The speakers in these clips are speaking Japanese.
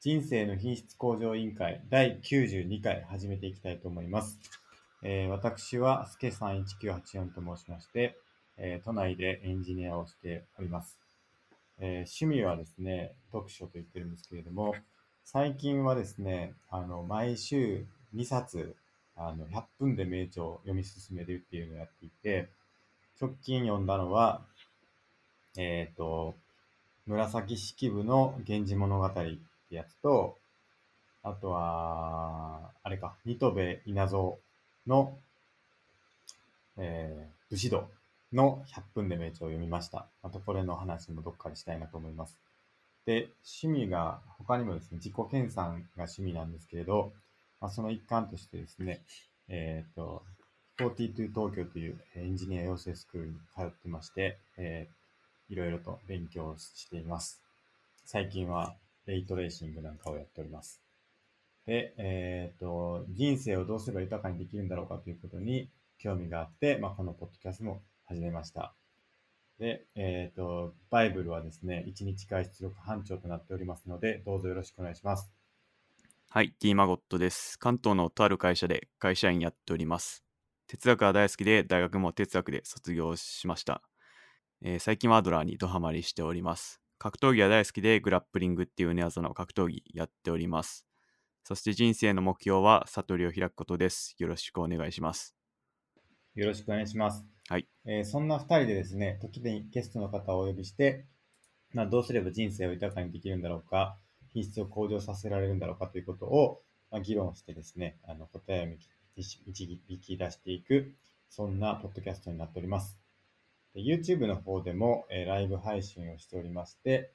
人生の品質向上委員会第92回始めていきたいと思います。えー私はすけさん1984と申しまして、えー都内でエンジニアをしております、えー趣味はですね、読書と言ってるんですけれども、最近はですね、あの、毎週2冊、あの、100分で名著を読み進めるっていうのをやっていて、直近読んだのは、えっ、と、紫式部の源氏物語ってやつと、あとは、あれか、ニトベ稲造の、えー武士道の100分で名著を読みました。またこれの話もどっかでしたいなと思います。で、趣味が、他にもですね、自己研鑽が趣味なんですけれど、まあ、その一環としてですね、えっ、と、42東京というえーエンジニア養成スクールに通ってまして、えーいろいろと勉強しています。最近はレイトレーシングなんかをやっております。で、えっ、と、人生をどうすれば豊かにできるんだろうかということに興味があって、まあ、このポッドキャストも始めました。で、えっ、と、バイブルはですね、1日外出力班長となっておりますので、どうぞよろしくお願いします。はい、T マゴットです。関東のとある会社で会社員やっております。哲学は大好きで、大学も哲学で卒業しました。えー最近はアドラーにドハマりしております。格闘技は大好きで、グラップリングっていう寝技の格闘技やっております。そして人生の目標は悟りを開くことです。よろしくお願いします。よろしくお願いします。はい。えーそんな2人でですね、時にゲストの方をお呼びして、まあ、どうすれば人生を豊かにできるんだろうか、品質を向上させられるんだろうかということを、まあ、議論してですね、あの答えを導き導き出していく、そんなポッドキャストになっております。で YouTube の方でも、えーライブ配信をしておりまして、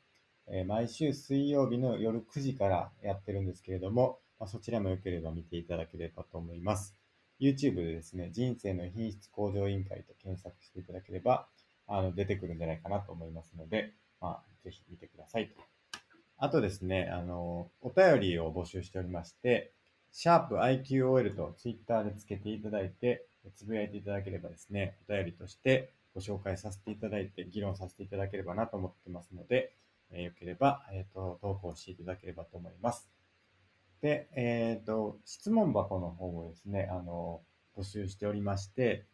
えー毎週水曜日の夜9時からやってるんですけれども、まあ、そちらもよければ見ていただければと思います。YouTube でですね、人生の品質向上委員会と検索していただければ、あの、出てくるんじゃないかなと思いますので、まあ、ぜひ見てくださいと。あとですね、あの、お便りを募集しておりまして、シャープ i q o l と Twitter でつけていただいて、つぶやいていただければですね、お便りとしてご紹介させていただいて、議論させていただければなと思ってますので、えーよければ、えっ、と、投稿していただければと思います。で、えっ、と、質問箱の方をですね、あの、募集しておりまして、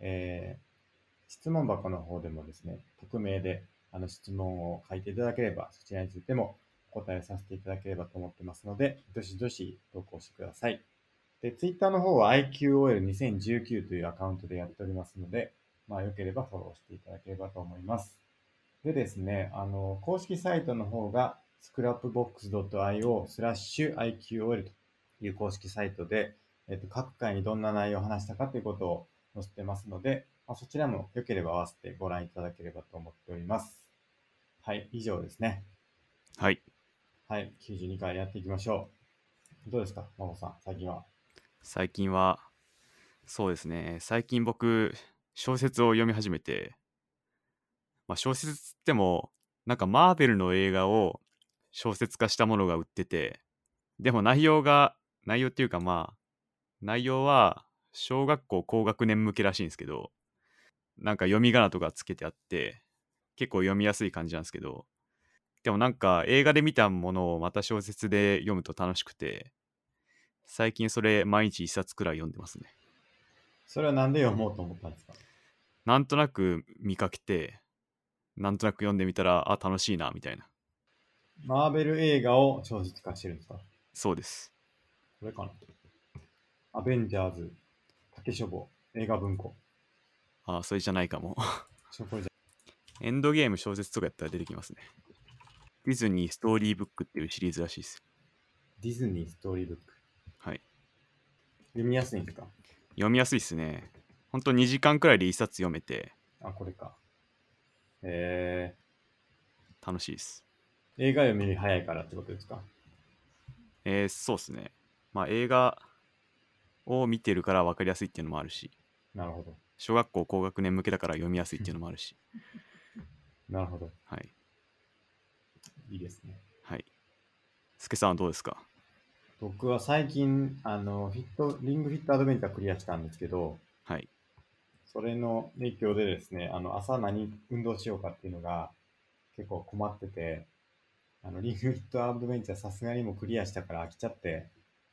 えー質問箱の方でもですね、匿名であの質問を書いていただければ、そちらについてもお答えさせていただければと思ってますので、どしどし投稿してください。で、Twitter の方は IQOL2019 というアカウントでやっておりますので、まあ、よければフォローしていただければと思います。でですね、あの、公式サイトの方が、scrapbox.io スラッシュ IQOL という公式サイトで、えっと、各回にどんな内容を話したかということを載せてますので、まあ、そちらも良ければ合わせてご覧いただければと思っております。はい、以上ですね。はい。はい、92回やっていきましょう。どうですか、マモさん、最近は。最近は、そうですね、最近僕、小説を読み始めて、まあ、小説っつっても、なんかマーベルの映画を小説化したものが売ってて、でも内容が、内容っていうかまあ、内容は小学校高学年向けらしいんですけど、なんか読み仮名とかつけてあって、結構読みやすい感じなんですけど、でもなんか映画で見たものをまた小説で読むと楽しくて、最近それ毎日一冊くらい読んでますね。それはなんで読もうと思ったんですかなんとなく見かけて、なんとなく読んでみたら、あ、楽しいな、みたいな。マーベル映画を小説化してるんですかそうです。これかなアベンジャーズ、竹書房、映画文庫。あ、それじゃないかも。 ちょこれじエンドゲーム小説とかやったら出てきますね。ディズニーストーリーブックっていうシリーズらしいです。ゃディズニーストーリーブック。はい。読みやすいんですか読みやすいですね。ほんと2時間くらいで1冊読めて、あ、これか。え楽しいです。ー、映画読みより早いからってことですかえー、そうですね。まあ映画を見てるから分かりやすいっていうのもあるし、なるほど。小学校高学年向けだから読みやすいっていうのもあるし、なるほど。はい。いいですね。はい。スケさんはどうですか僕は最近、あの、フィット、リングフィットアドベンチャークリアしたんですけど、はい。それの影響でですね、あの、朝何運動しようかっていうのが結構困ってて、あの、リングフィットアドベンチャーさすがにもうクリアしたから飽きちゃって、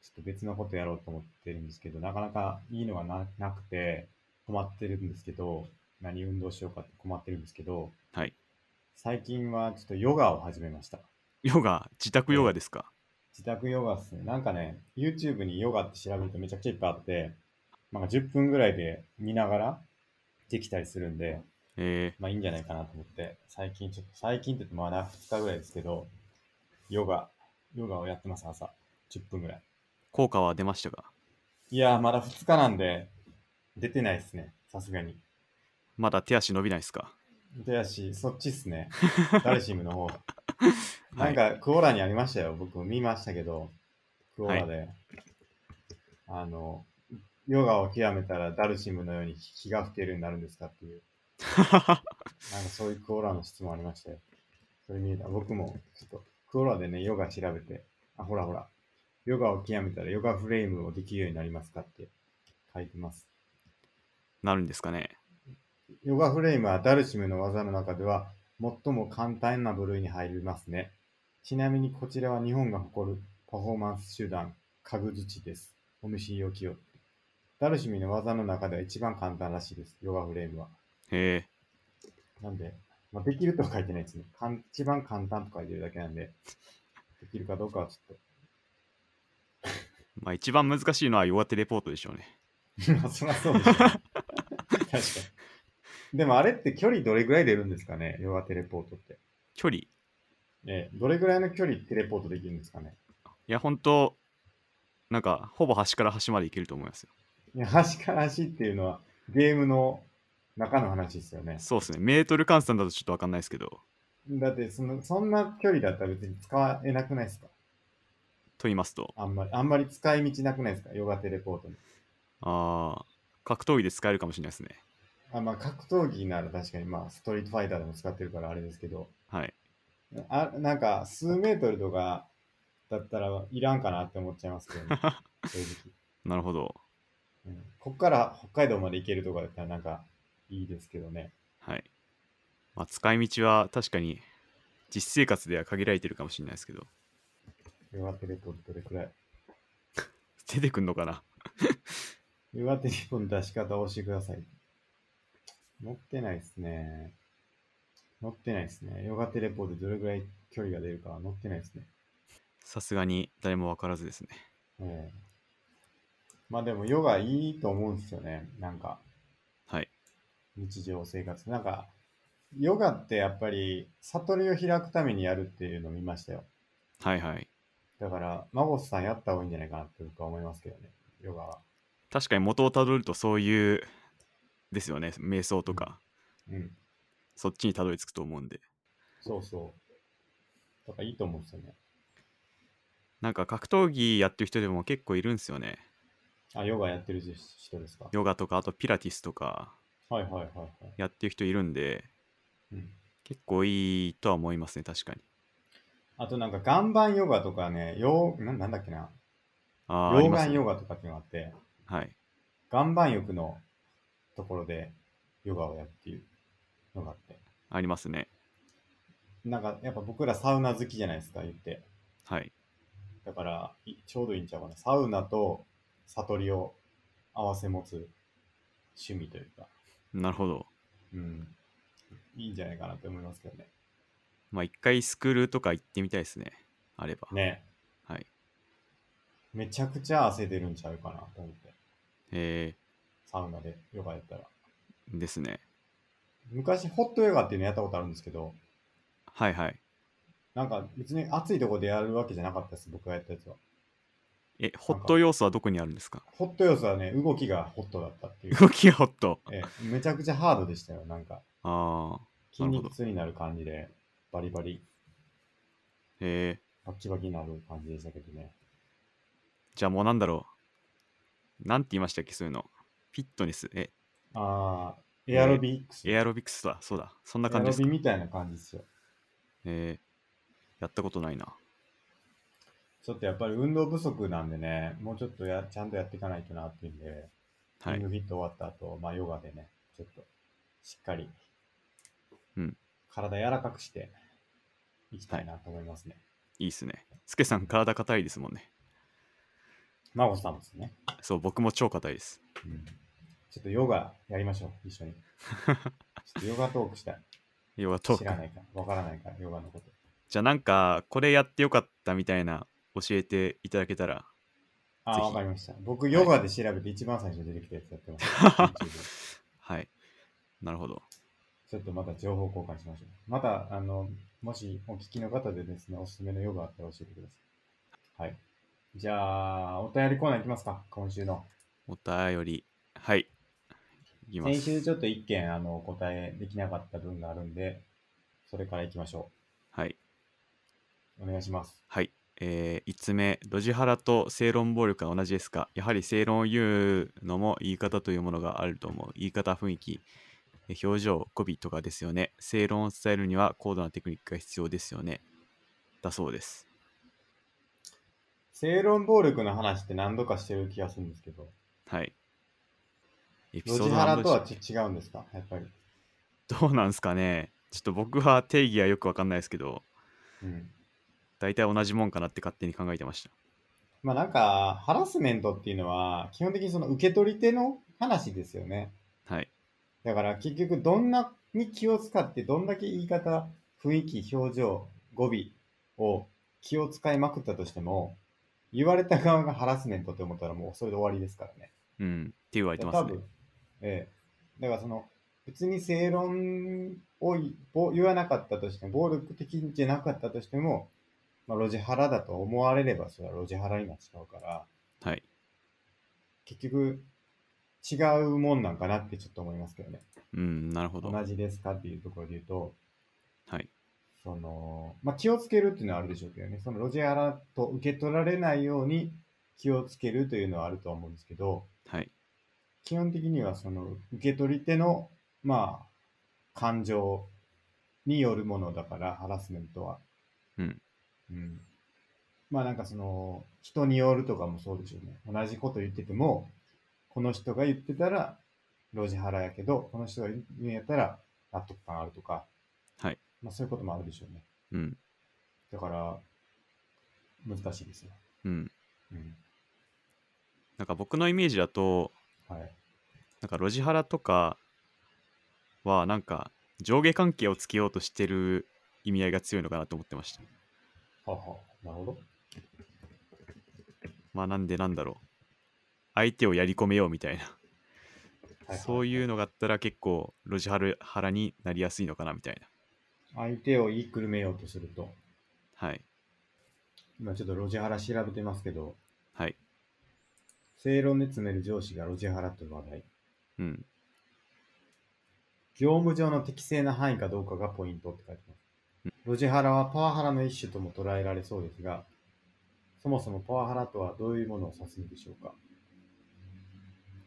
ちょっと別のことやろうと思ってるんですけど、なかなかいいのがななくて困ってるんですけど、何運動しようかって困ってるんですけど、はい。最近はちょっとヨガを始めました。ヨガ、自宅ヨガですか。自宅ヨガですね。なんかね、YouTube にヨガって調べるとめちゃくちゃいっぱいあって、まあ、10分ぐらいで見ながらできたりするんで、えまあいいんじゃないかなと思って、最近ちょっと、最近って言ってもまだ2日ぐらいですけど、ヨガ、ヨガをやってます、朝。10分ぐらい。ー、効果は出ましたが、いやー、まだ2日なんで、出てないですね、さすがに。まだ手足伸びないですか。 手足、そっちっすね。ダルシムの方。なんか、クオーラにありましたよ。僕も見ましたけど、クオーラで。あの、ヨガを極めたらダルシムのように気が吹けるようになるんですかっていう、なんかそういうクオーラの質問ありましたよ。それ見えた。僕も、ちょっと、クオーラでね、ヨガ調べて、あ、ほらほら、ヨガを極めたらヨガフレームをできるようになりますかって書いてます。なるんですかね。ヨガフレームはダルシムの技の中では最も簡単な部類に入りますね。ちなみにこちらは日本が誇るパフォーマンス集団、家具槌です。お見知りおきを。ダルシムの技の中では一番簡単らしいです。ヨガフレームは。えなんで、まあ、できるとは書いてないですね。かん一番簡単と書いてるだけなんで、できるかどうかはちょっー、まあ一番難しいのは弱手レポートでしょうね。と。 まあ、そりゃそうでしょうね、確かに。でもあれって距離どれぐらい出るんですかねヨガテレポートって。距離、いええどれぐらいの距離テレポートできるんですかねや本当なんかほぼ端から端までいけると思いますよ。いや端から端っていうのはゲームの中の話ですよね。そうですね、メートル換算だとちょっとわかんないですけど、だってそのそんな距離だったら別に使えなくないですかと言いますと、あんまり、あんまり使い道なくないですかヨガテレポートに。あー格闘技で使えるかもしれないですね。あまあ、格闘技なら確かにまあストリートファイターでも使ってるからあれですけど、はい。あなんか数メートルとかだったらいらんかなって思っちゃいますけどね、正直。なるほど。うん、こっから北海道まで行けるとかだったらなんかいいですけどね。はい。まあ、使い道は確かに実生活では限られてるかもしれないですけど、ヨガテレポートどれくらい 出てくんのかなヨガテレポの出し方を教えてください。乗ってないですね。乗ってないですね。ヨガテレポでどれぐらい距離が出るかは乗ってないですね。さすがに誰もわからずですね。ええまあでもヨガいいと思うんですよね。なんかはい。日常生活。なんかヨガってやっぱり悟りを開くためにやるっていうのを見ましたよ。はいはい。だから、マゴスさんやった方がいいんじゃないかなって僕は思いますけどね。ヨガは。確かに元をたどるとそういう、ですよね、瞑想とか、うん。そっちにたどり着くと思うんで。そうそう。だからいいと思うんですよね。なんか格闘技やってる人でも結構いるんですよね。あ、ヨガやってる人ですかヨガとか、あとピラティスとかはいはいはいはい。やってる人いるんで、うん結構いいとは思いますね、確かに。あとなんか岩盤ヨガとかね、ようななんだっけな、あーあり溶ます岩ねヨガとかっていうのがあって、はい。岩盤浴のところでヨガをやるっていうのがあって、ありますね。なんかやっぱ僕らサウナ好きじゃないですか、言って。はい。だから、いちょうどいいんちゃうかな。サウナと悟りを合わせ持つ趣味というか、なるほど。うん、いいんじゃないかなって思いますけどね。まあ一回スクールとか行ってみたいですね。あれば。ね、はい。めちゃくちゃ汗出るんちゃうかなと思って、えサウナでヨガやったら。ー、ですね。昔、ホットヨガっていうのやったことあるんですけど、はいはい。なんか別に暑いとこでやるわけじゃなかったです、僕がやったやつは。え、ホット要素はどこにあるんですかホット要素はね、動きがホットだったっていう。 動きがホット。ええめちゃくちゃハードでしたよ、なんか。ああ、筋なる肉ほ痛になる感じで、バリバリ、えバッキバキになる感じでしたけどね。ー、じゃあもうなんだろう。なんて言いましたっけ、そういうの。フィットネス。え、あー、エアロビックス。エアロビクスだ。そうだ。そんなエア感じロですビか。みたいな感じですよ。えー、やったことないな。ちょっとやっぱり運動不足なんでね、もうちょっとやちゃんとやっていかないとなっていうんで、はリンい。グフィット終わった後、まあヨガでね、ちょっとしっかり、うん体柔らかくして、いきたいなと思いますね。いいっすね。スケさん、体硬いですもんね。孫さんもですね、そう、僕も超硬いです。うん。ちょっとヨガやりましょう、一 緒に。ちょっとヨガトークしたい。要はトー知クらないから、わからないから、ヨガのこと。じゃあなんか、これやってよかったみたいな教えていただけたら。あぜー、ひわかりました。僕、ヨガで調べて一番最初に出てきたやつやってます。YouTube はい。なるほど。ちょっとまた情報交換しましょう。また、あの、もしお聞きの方でですね、おすすめのヨガあったら教えてください。はい。じゃあ、お便りコーナーいきますか、今週の。お便り。はい。いきま先す。週ちょっと一件、あの、お答えできなかった分があるんで、それからいきましょはい。う。お願いします。はい。えー、5つ目、ロジハラと正論暴力は同じですかやはり正論を言うのも言い方というものがあると思う。言い方、雰囲気、え表情、語尾とかですよね。正論を伝えるには高度なテクニックが必要ですよね。だそうです。正論暴力の話って何度かしてる気がするんですけど、はい。エロジハラとはち違うんですかやっぱり。どうなんですかねちょっと僕は定義はよくわかんないですけど、うん。大体同じもんかなって勝手に考えてました。まあなんか、ハラスメントっていうのは、基本的にその受け取り手の話ですよね。はい。だから結局どんなに気を使ってどんだけ言い方雰囲気表情語尾を気を使いまくったとしても言われた側がハラスメントって思ったらもうそれで終わりですからね。うん。って言われてま多すね分。、ええ。だからその別に正論をいぼ言わなかったとしても暴力的じゃなかったとしても、まあ、ロジハラだと思われればそれはロジハラになっちゃうからはい。結局違うもんなんかなってちょっと思いますけどね。うん、なるほど。同じですかっていうところで言うと、はい。その、まあ、気をつけるっていうのはあるでしょうけどね、そのロジハラと受け取られないように気をつけるというのはあるとは思うんですけど、はい。基本的にはその受け取り手の、まあ、感情によるものだから、ハラスメントは。うん。うん。まあなんかその、人によるとかもそうでしょうね。同じこと言ってても、この人が言ってたら、ロジハラやけど、この人が言うんやったら、納得感あるとか、はい。まあそういうこともあるでしょうね。うん。だから、難しいですよ。うん。うん。なんか僕のイメージだと、はい。なんかロジハラとかは、なんか上下関係をつけようとしてる意味合いが強いのかなと思ってました。はあはあ、なるほど。まあなんでなんだろう。相手をやり込めようみたいな。そういうう。のがあったら結構ロジハルハラになりやすいのかなみたいな。相手を言いくるめようとすると、はい。今ちょっとロジハラ調べてますけど、はい。正論で詰める上司がロジハラという話題。うん。業務上の適正な範囲かどうかがポイントって書いてます。ロジハラはパワハラの一種とも捉えられそうですが、そもそもパワハラとはどういうものを指すのでしょうか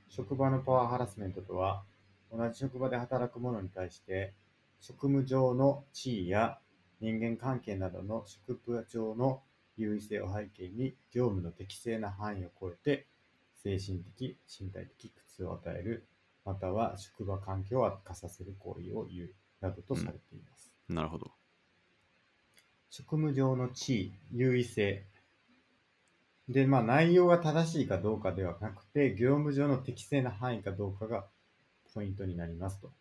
職場のパワーハラスメントとは、同じ職場で働く者に対して、職務上の地位や人間関係などの職場上の優位性を背景に、業務の適正な範囲を超えて、精神的、身体的苦痛を与えるまたは職場環境を悪化させる行為を言うなどとされています。なるほど。職務上の地位、優位性。で、まあ内容が正しいかどうかではなくて、業務上の適正な範囲かどうかがポイントになりますと。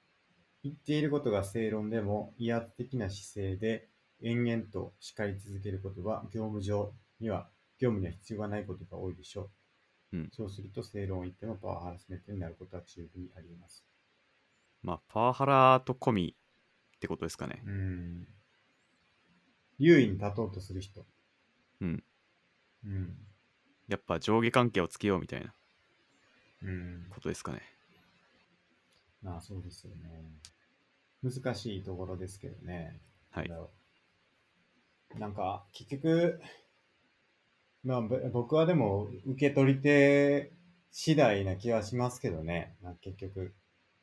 言っていることが正論でも威圧的な姿勢で延々と叱り続けることは業務上には、業務には必要がないことが多いでしょう。うんそうすると正論を言ってもパワーハラスメントになることは十分にあり得ます。まあパワハラと込みってことですかね。うん優位に立とうとする人。うん。うん。やっぱ上下関係をつけようみたいなうん。ことですかね。まあそうですよね。難しいところですけどね。はいなんだ。ろうなんか、結局、まあぶ僕はでも受け取り手次第な気はしますけどね。まあ、結局。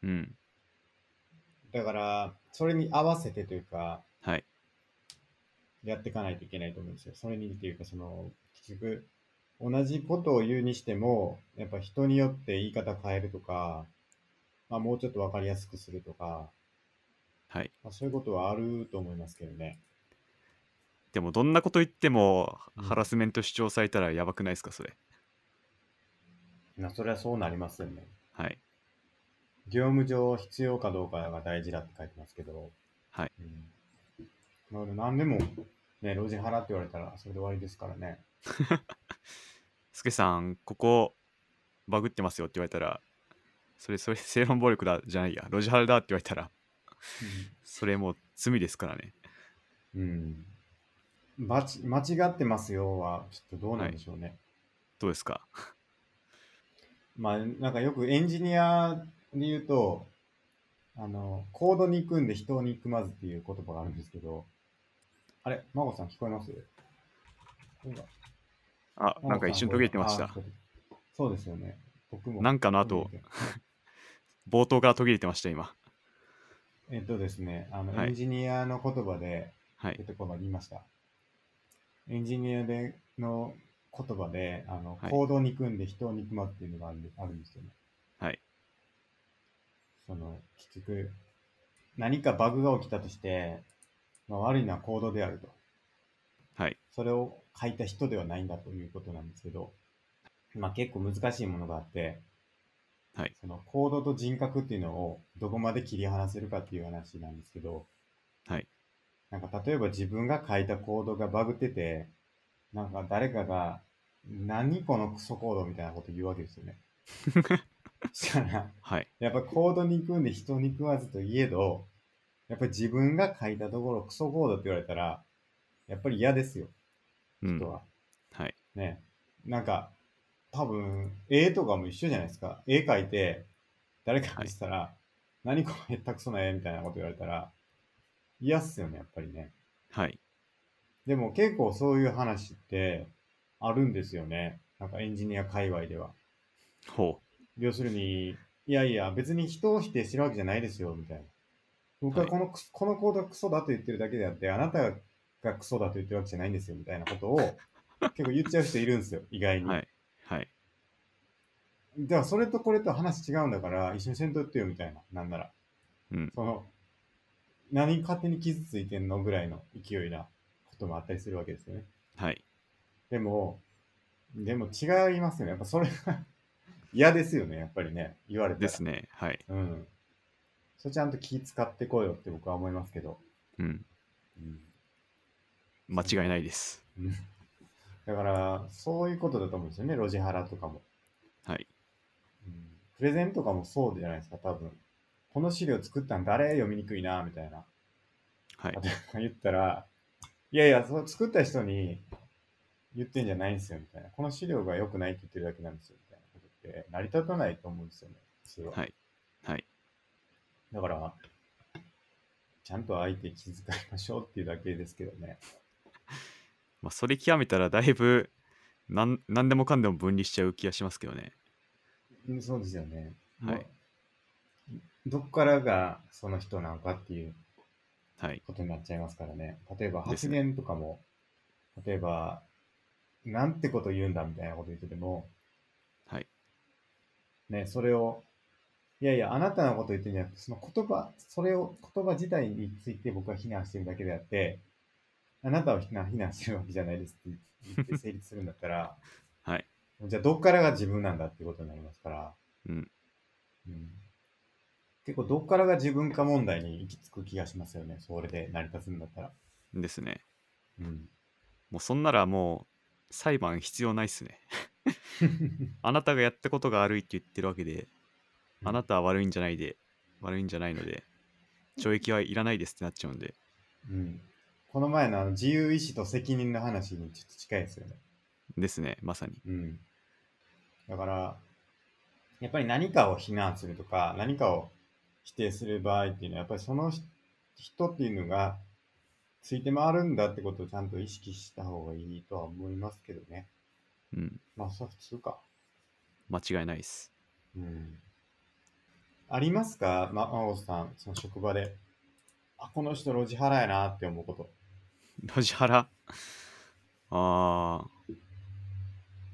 うん。だから、それに合わせてというか、はい。やっていかないといけないと思うんですよ。それにっていうか、その、結局、同じことを言うにしても、やっぱ人によって言い方変えるとか、まあもうちょっとわかりやすくするとか、はい。まあ、そういうことはあると思いますけどね。でもどんなこと言ってもうんハラスメント主張されたらやばくないですかそれまあそれはそうなりますよね。はい業務上必要かどうかが大事だって書いてますけど、はい。うん、まあでも何でも、ね、老人払って言われたらそれで終わりですからね。スケさんここバグってますよって言われたらそれそれ正論暴力だじゃないやロジハルだって言われたらそれもう罪ですからねうん。間ち間違ってますよは、ちょっとどうなんでしょうね。どうですかまあ、なんかよくエンジニアで言うと、あの、コードに組んで人に組まずっていう言葉があるんですけど、あれ、マゴさん聞こえますあなんか一瞬途切れてまし。真帆たさんあそうですよね。僕も。なんかの後冒頭から途切れてました今えっとですね、あの、はいエンジニアの言葉で、は出いてこない言いました。エンジニアでの言葉で、あの、はい行動に組んで人を憎まっていうのがあるんであるんですよね。はいその、結局、何かバグが起きたとして、まあ、悪いのは行動であると。はいそれを書いた人ではないんだということなんですけど、まあ結構難しいものがあって、はいその行動と人格っていうのをどこまで切り離せるかっていう話なんですけど、はいなんか例えば自分が書いた行動がバグってて、なんか誰かが、何このクソ行動みたいなこと言うわけですよ ね。したら、はいやっぱコードに組んで人に食わずといえど、やっぱり自分が書いたところクソコードって言われたら、やっぱり嫌ですよ、うん人は。はいね。なんか、多分、絵とかも一緒じゃないですか。絵描いて、誰かにしたら、何この下手くそな絵みたいなこと言われたら、嫌っすよね、やっぱりね。はいでも結構そういう話ってあるんですよね。なんかエンジニア界隈では。ほう要するに、いやいや、別に人を否定してるわけじゃないですよ、みたいな。僕ははいこの,、この行動はクソだと言ってるだけであって、あなたがクソだと言ってるわけじゃないんですよ、みたいなことを結構言っちゃう人いるんですよ、意外に。はいはいでは、それとこれと話違うんだから、一緒にせんとってよ、みたいな。なんなら。うんその、何勝手に傷ついてんのぐらいの勢いなこともあったりするわけですよね。はいでも、でも違いますよね。やっぱそれが 嫌ですよね、やっぱりね。言われて。ですねはいうん。それちゃんと気使ってこいよって僕は思いますけど。うんうん、間違いないですだから、そういうことだと思うんですよね、ロジハラとかも。はいうん、プレゼンとかもそうじゃないですか、多分。この資料作ったん誰読みにくいな、みたいな。はい例えば言ったら、いやいや、その作った人に言ってんじゃないんですよ、みたいな。この資料が良くないって言ってるだけなんですよ、みたいなことって、成り立たないと思うんですよね、普通は。はいはいだから、ちゃんと相手気遣いましょうっていうだけですけどね。まあ、それ極めたらだいぶなん何でもかんでも分離しちゃう気がしますけどね。うんそうですよね。はいもう。どっからがその人なのかっていうはい。ことになっちゃいますからね。例えばで発すね言とかも、例えば、なんてこと言うんだみたいなこと言ってても、はい。ね、それを、いやいや、あなたのこと言ってるんじゃなくて、その言葉、それを、言葉自体について僕は非難してるだけであって、あなたを非難非難してるわけじゃないですって言 って成立するんだったら、はい。じゃあ、どっからが自分なんだっていうことになりますから、うん。うん結構、どっからが自分か問題に行き着く気がしますよね。それで成り立つんだったら。ですね。うん。もうそんならもう裁判必要ないっすね。あなたがやったことが悪いって言ってるわけで、あなたは悪いんじゃないで、悪いんじゃないので、懲役はいらないですってなっちゃうんで、うん。この前のあの自由意志と責任の話にちょっと近いですよね。ですね、まさに。うん。だから、やっぱり何かを非難するとか、何かを否定する場合っていうのは、やっぱりその人人っていうのがついて回るんだってことをちゃんと意識した方がいいとは思いますけどね。うん。まあ、それは普通か。間違いないっす。うん。ありますかま、まおさん、その職場で。あ、この人、路地払やなって思うこと。ロジハラ。あー。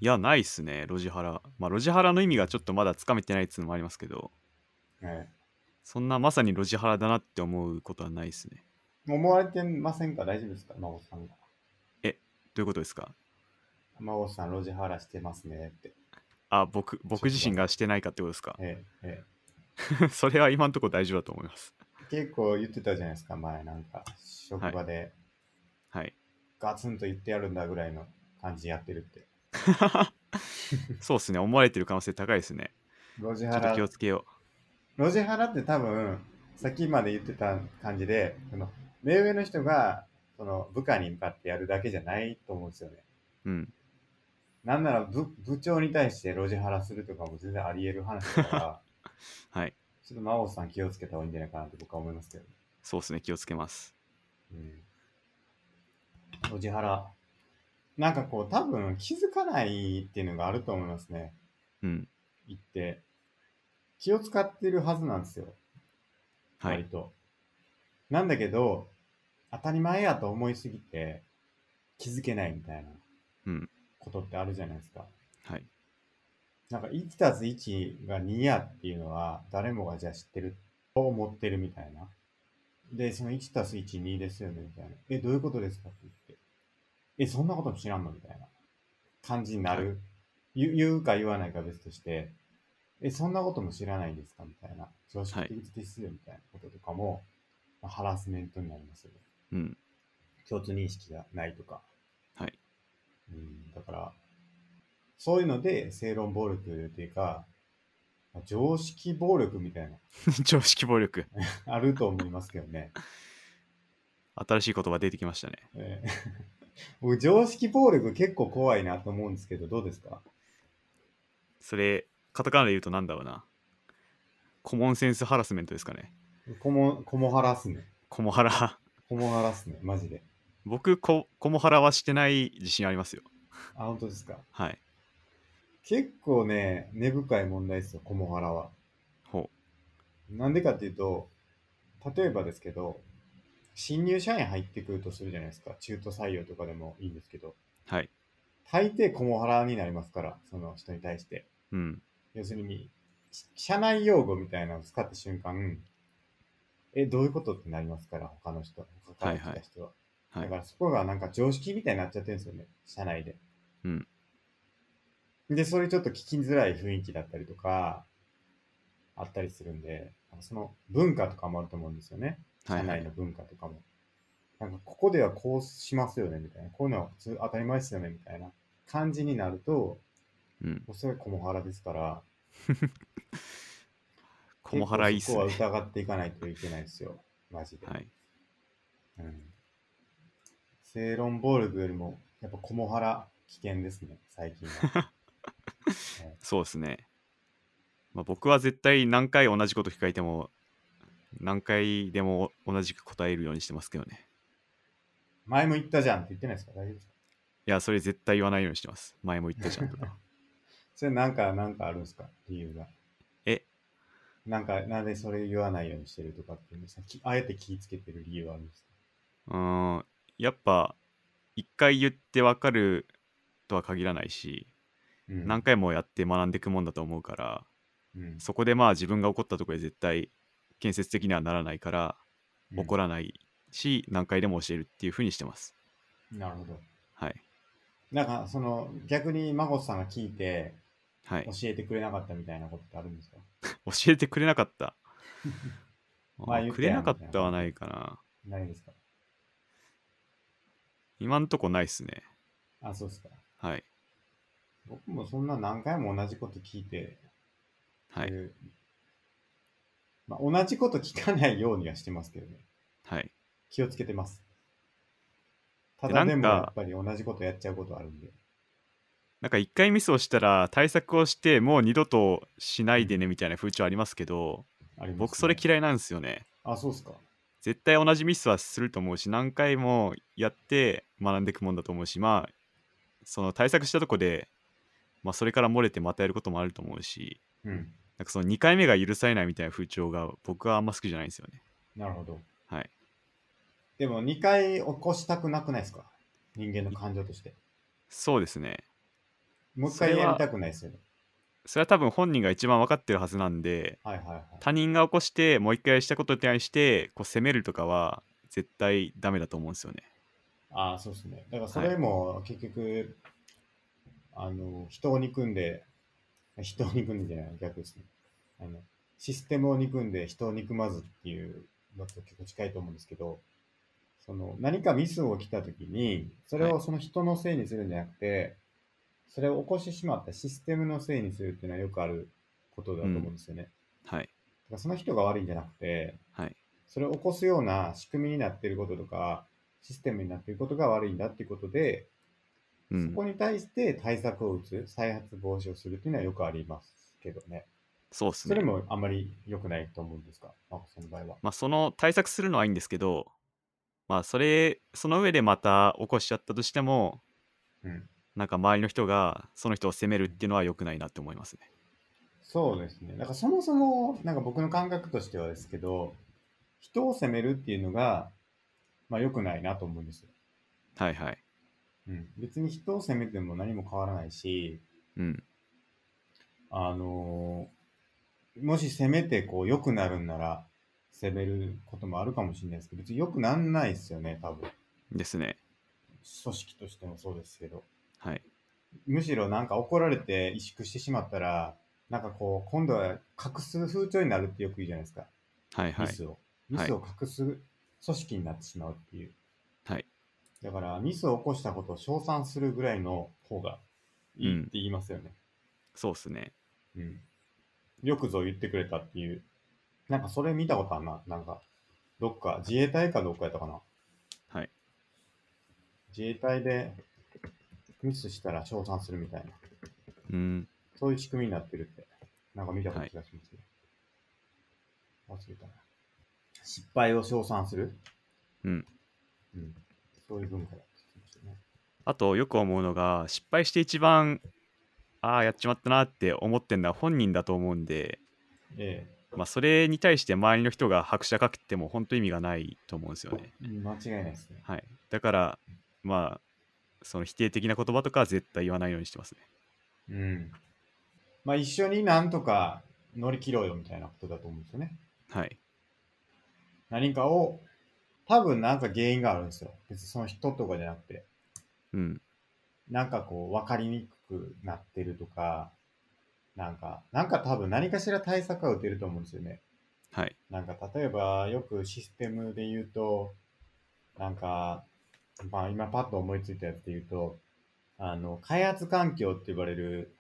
いや、ないっすね、ロジハラ。まあ、ロジハラの意味がちょっとまだつかめてないっつうのもありますけど、はい。そんなまさにロジハラだなって思うことはないですね。思われてませんか大丈夫ですかまおさんが。どういうことですかマゴさん、ロジハラしてますねって。あ、僕、僕自身がしてないかってことですかえええ それは今のところ大丈夫だと思います。え、結構言ってたじゃないですか、前、なんか、職場ではい。 ガツンと言ってやるんだぐらいの感じでやってるって。そうですね、思われてる可能性高いですね。ロジちょハっと気をラ、つけよロジハラって多分、さっきまで言ってた感じで、その目上の人がその部下に向かってやるだけじゃないと思うんですよね。う。うん。なんなら部部長に対してロジハラするとかも全然あり得る話だ から、はい。ちょっと真央さん気をつけた方がいいんじゃないかなって僕は思いますけど。そうですね、気をつけます。うん。ロジハラ。なんかこう、多分気づかないっていうのがあると思いますね。うん。言って。気を使ってるはずなんですよ。は割い。と。なんだけど、当たり前やと思いすぎて、気づけないみたいなうん。ことってあるじゃないですか。はい。なんか1たす1が2やっていうのは誰もがじゃあ知ってると思ってるみたいな。で、その1たす1、2ですよねみたいな。え、どういうことですかって言って。え、そんなことも知らんのみたいな感じになる。言う言うか言わないか別として、え、そんなことも知らないんですかみたいな。常識的ですよみたいなこととかも、まあハラスメントになりますよね。うん。 共通認識がないとか。はい。うん、だから、そういうので正論暴力っていうか、まあ常識暴力みたいな、常識暴力。あると思いますけどね。 新しい言葉出てきましたね。ええ 僕、常識暴力結構怖いなと思うんですけど、どうですかそれ、カタカナで言うとなんだろうな。コモンセンスハラスメントですかね。コモ、コモハラっすね。コモハラ。 コモハラっすね、マジで。僕コ、コモハラはしてない自信ありますよ。あ、本当ですか。はい。結構ね、根深い問題ですよ、コモハラは。ほなんでかっていうと、例えばですけど、新入社員入ってくるとするじゃないですか。中途採用とかでもいいんですけど、う。はい。大抵コモハラになりますから、その人に対して。うん。要するに、し社内用語みたいなのを使った瞬間、え、どういうことってなりますから、他の人、他から来た人は。はだかい。らそこがなんか常識みたいになっちゃってるんですよね、社内で。うん。で、それちょっと聞きづらい雰囲気だったりとか、あったりするんで、その文化とかもあると思うんですよね。は社い、は内い。の文化とかも。なんか、ここではこうしますよね、みたいな。こういうのは普通当たり前ですよね、みたいな感じになると、うん。もうそれはコモハラですから、コモハラいいっ結すね。構そこは疑っていかないといけないですよ、マジで。はい。うん。正論暴力よりも、やっぱコモハラ危険ですね、最近 は。そうですね。まあ、僕は絶対何回同じこと聞かれても、何回でも同じく答えるようにしてますけどね。前も言ったじゃんって言ってないですか大丈夫ですかいや、それ絶対言わないようにしてます。前も言ったじゃんと か。それなんか、なんかあるんですか理由が。えなんか、なんでそれ言わないようにしてるとかっていうのさきあえて気ぃつけてる理由はあるんですかうーん、やっぱ、一回言ってわかるとは限らないし、うん何回もやって学んでいくもんだと思うから、うん、そこでまあ自分が怒ったところで絶対建設的にはならないから、怒ら、らないし、何回でも教えるっていうふうにしてます。なるほど。はい。なんか、その、逆に、まこさんが聞いて、はい教。えてくれなかったみたいなことってあるんですか 教えてくれなかった。 まああ言ってくれなかっやんみたたいなはないかな。ないですか今んとこないっすね。あ、そうですか。はい。僕もそんな何回も同じこと聞いて、はい。いうまあ、同じこと聞かないようにはしてますけどね。はい。気をつけてます。たでだでなんもかやっぱり同じことやっちゃうことあるんで。なんか一回ミスをしたら対策をしてもう二度としないでねみたいな風潮ありますけど、ありますね僕それ嫌いなんですよね。あ、そうですか。絶対同じミスはすると思うし、何回もやって学んでいくもんだと思うし、まあ、その対策したとこで、まあそれから漏れてまたやることもあると思うし、うん。なんかその2回目が許されないみたいな風潮が僕はあんま好きじゃないんですよね。なるほど。はい。でも2回起こしたくなくないですか人間の感情として。そうですね。もう1回やりたくないですよね。それは多分本人が一番分かってるはずなんではいはいはい。他人が起こしてもう一回したことに対してこう責めるとかは絶対ダメだと思うんですよねああ、そうですね。だからそれも結局、あの、人を憎んで、人を憎んでじゃない、逆ですね。あの、システムを憎んで人を憎まずっていうのと結構近いと思うんですけど、その何かミスを起きたときに、それはをその人のせいにするんじゃなくて、それを起こしてしまったシステムのせいにするっていうのはよくあることだと思うんですよね。はいだからその人が悪いんじゃなくて、はいそれを起こすような仕組みになっていることとか、システムになっていることが悪いんだっていうことで、うそんこに対して対策を打つ、再発防止をするっていうのはよくありますけどね。そうですそれねもあんまり良くないと思うんですか、マコさんの場合は。まあその対策するのはいいんですけどまあそれその上でまた起こしちゃったとしてもうん。なんか周りの人がその人を責めるっていうのは良くないなって思いますねそうですね。だからそもそも、なんか僕の感覚としてはですけど、人を責めるっていうのが、まあ良くないなと思うんですよ。はいはいうん。別に人を責めても何も変わらないし、うんあのーもし攻めてこう良くなるんなら攻めることもあるかもしれないですけど、別に良くなんないですよね、多分。ですね組織としてもそうですけど。はいむしろなんか怒られて萎縮してしまったら、なんかこう、今度は隠す風潮になるってよく言うじゃないですか。はいはミいスを。ミスを隠す組織になってしまうっていう。はいだから、ミスを起こしたことを称賛するぐらいの方がいいって言いますよね。そうですねうん。よくぞ言ってくれたっていう。なんかそれ見たことあるな。なんか、どっか、自衛隊かどっかやったかな。はい自衛隊でミスしたら称賛するみたいな。うんそういう仕組みになってるって。なんか見たこと気がしますね。忘れたな。失敗を称賛するうんうん。そういう文化だって言ってましたね。あとよく思うのが失敗して一番ああやっちまったなって思ってんのは本人だと思うんで、えまあ、それに対して周りの人が拍車かけても本当意味がないと思うんですよね。え。間違いないですね。はい、だからまあその否定的な言葉とかは絶対言わないようにしてますね。うん。まあ一緒になんとか乗り切ろうよみたいなことだと思うんですよね。はい何かを、多分なんか原因があるんですよ。別にその人とかじゃなくて、うん、なんかこう分かりにくくなってるとか、なんか、なんか多分何かしら対策は打てると思うんですよね。はい、なんか例えばよくシステムで言うと、なんか、まあ今パッと思いついたやつで言うと、あの、開発環境って呼ばれる、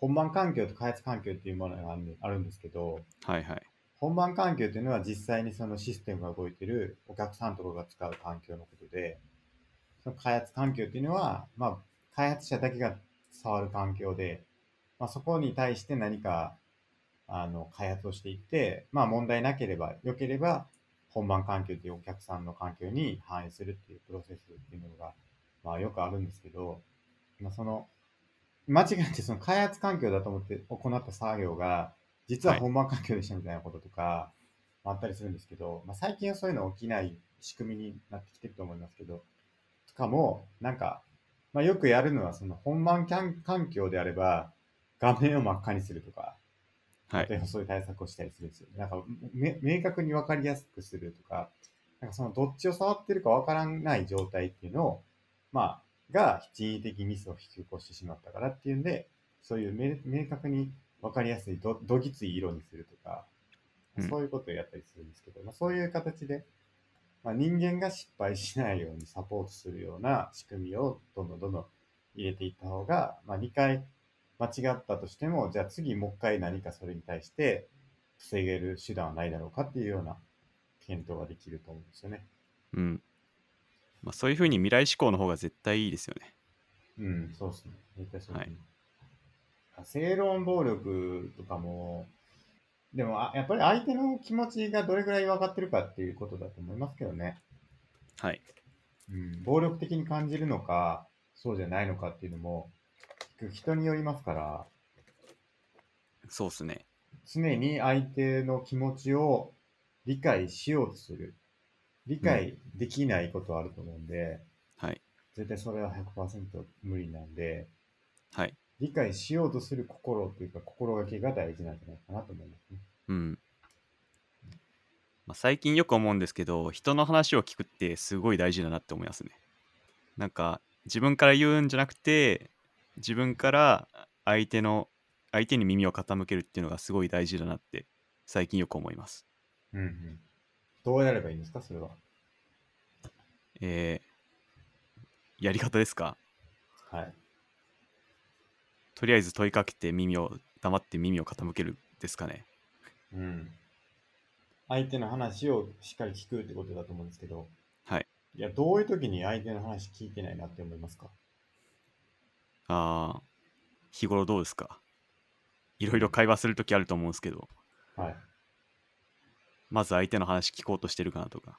本番環境と開発環境っていうものがあるんであるんですけど、はいはい本番環境というのは実際にそのシステムが動いてるお客さんとかが使う環境のことで、その開発環境というのは、まあ、開発者だけが触る環境で、まあ、そこに対して何か、あの、開発をしていって、まあ、問題なければ、良ければ、本番環境というお客さんの環境に反映するっていうプロセスっていうのが、まあ、よくあるんですけど、まあ、その、間違ってその開発環境だと思って行った作業が、実ははい本番環境でしたみたいなこととか、まああったりするんですけど、まあ、最近はそういうの起きない仕組みになってきてると思いますけど、とかも、なんか、まあ、よくやるのは、その本番キャン環境であれば、画面を真っ赤にするとか、は例いえばそういう対策をしたりするんですよ。なんか、め明確に分かりやすくするとか、なんかそのどっちを触ってるか分からない状態っていうのを、まあ、が人為的ミスを引き起こしてしまったからっていうんで、そういう明明確に分かりやすいど、どぎつい色にするとか、うんそういうことをやったりするんですけど、まあ、そういう形で、まあ、人間が失敗しないようにサポートするような仕組みをどんどんどんどん入れていった方が、まあ、2回間違ったとしても、じゃあ次もう一回何かそれに対して防げる手段はないだろうかっていうような検討ができると思うんですよね。うんまあ、そういうふうに未来志向の方が絶対いいですよね。うん、そうですね。絶対そうですね。正論暴力とかも、でもあやっぱり相手の気持ちがどれぐらい分かってるかっていうことだと思いますけどね。はいうん、暴力的に感じるのか、そうじゃないのかっていうのも、人によりますから、そうですね。常に相手の気持ちを理解しようとする。理解できないことはあると思うんで、はい絶対それは100%無理なんで、はい理解しようとする心というか、心がけが大事なんじゃないかなと思いますね。うんまあ、最近よく思うんですけど人の話を聞くってすごい大事だなって思いますね。なんか自分から言うんじゃなくて自分から相手の相手に耳を傾けるっていうのがすごい大事だなって最近よく思います。うんうん。どうやればいいんですか、それは。えーやり方ですかはい。とりあえず問いかけて耳を黙って耳を傾けるですかね。うん。相手の話をしっかり聞くってことだと思うんですけど、はい。いや、どういう時に相手の話聞いてないなって思いますかああ日頃どうですかいろいろ会話するときあると思うんですけどはい。まず相手の話聞こうとしてるかなとか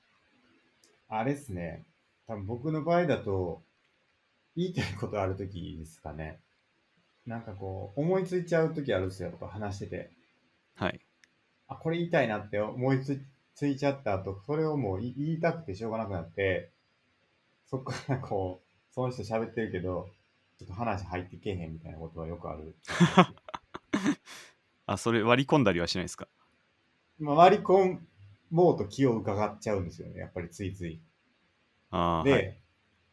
あれですね。多分僕の場合だと、言いたいことあるときですかね。なんかこう、思いついちゃうときあるんですよ、僕は話してて。はいあ、これ言いたいなって思いつついちゃった後、それをもうい言いたくてしょうがなくなって、そっからこう、その人喋ってるけど、ちょっと話入ってけえへんみたいなことはよくある。あそれ割り込んだりはしないですかまあ、割り込もうと気を伺っちゃうんですよね、やっぱりついつい。ああ、で、はい、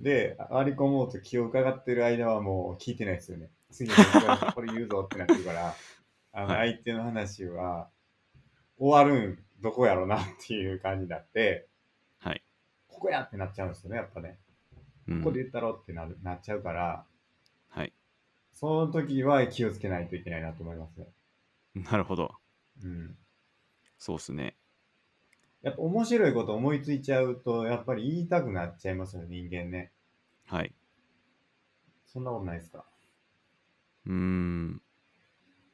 で、割り込もうと気を伺ってる間はもう聞いてないですよね。次の僕がこれ言うぞってなってる から、あの、は相手の話は終わるんどこやろなっていう感じになって、はいここやってなっちゃうんですよね、やっぱね。うこんこで言ったろってなるなっちゃうから、はい、 その時は気をつけないといけないなと思いますね。なるほどうん。そうっすねやっぱ面白いこと思いついちゃうと、やっぱり言いたくなっちゃいますよね、人間ね。はいそんなことないですかうーん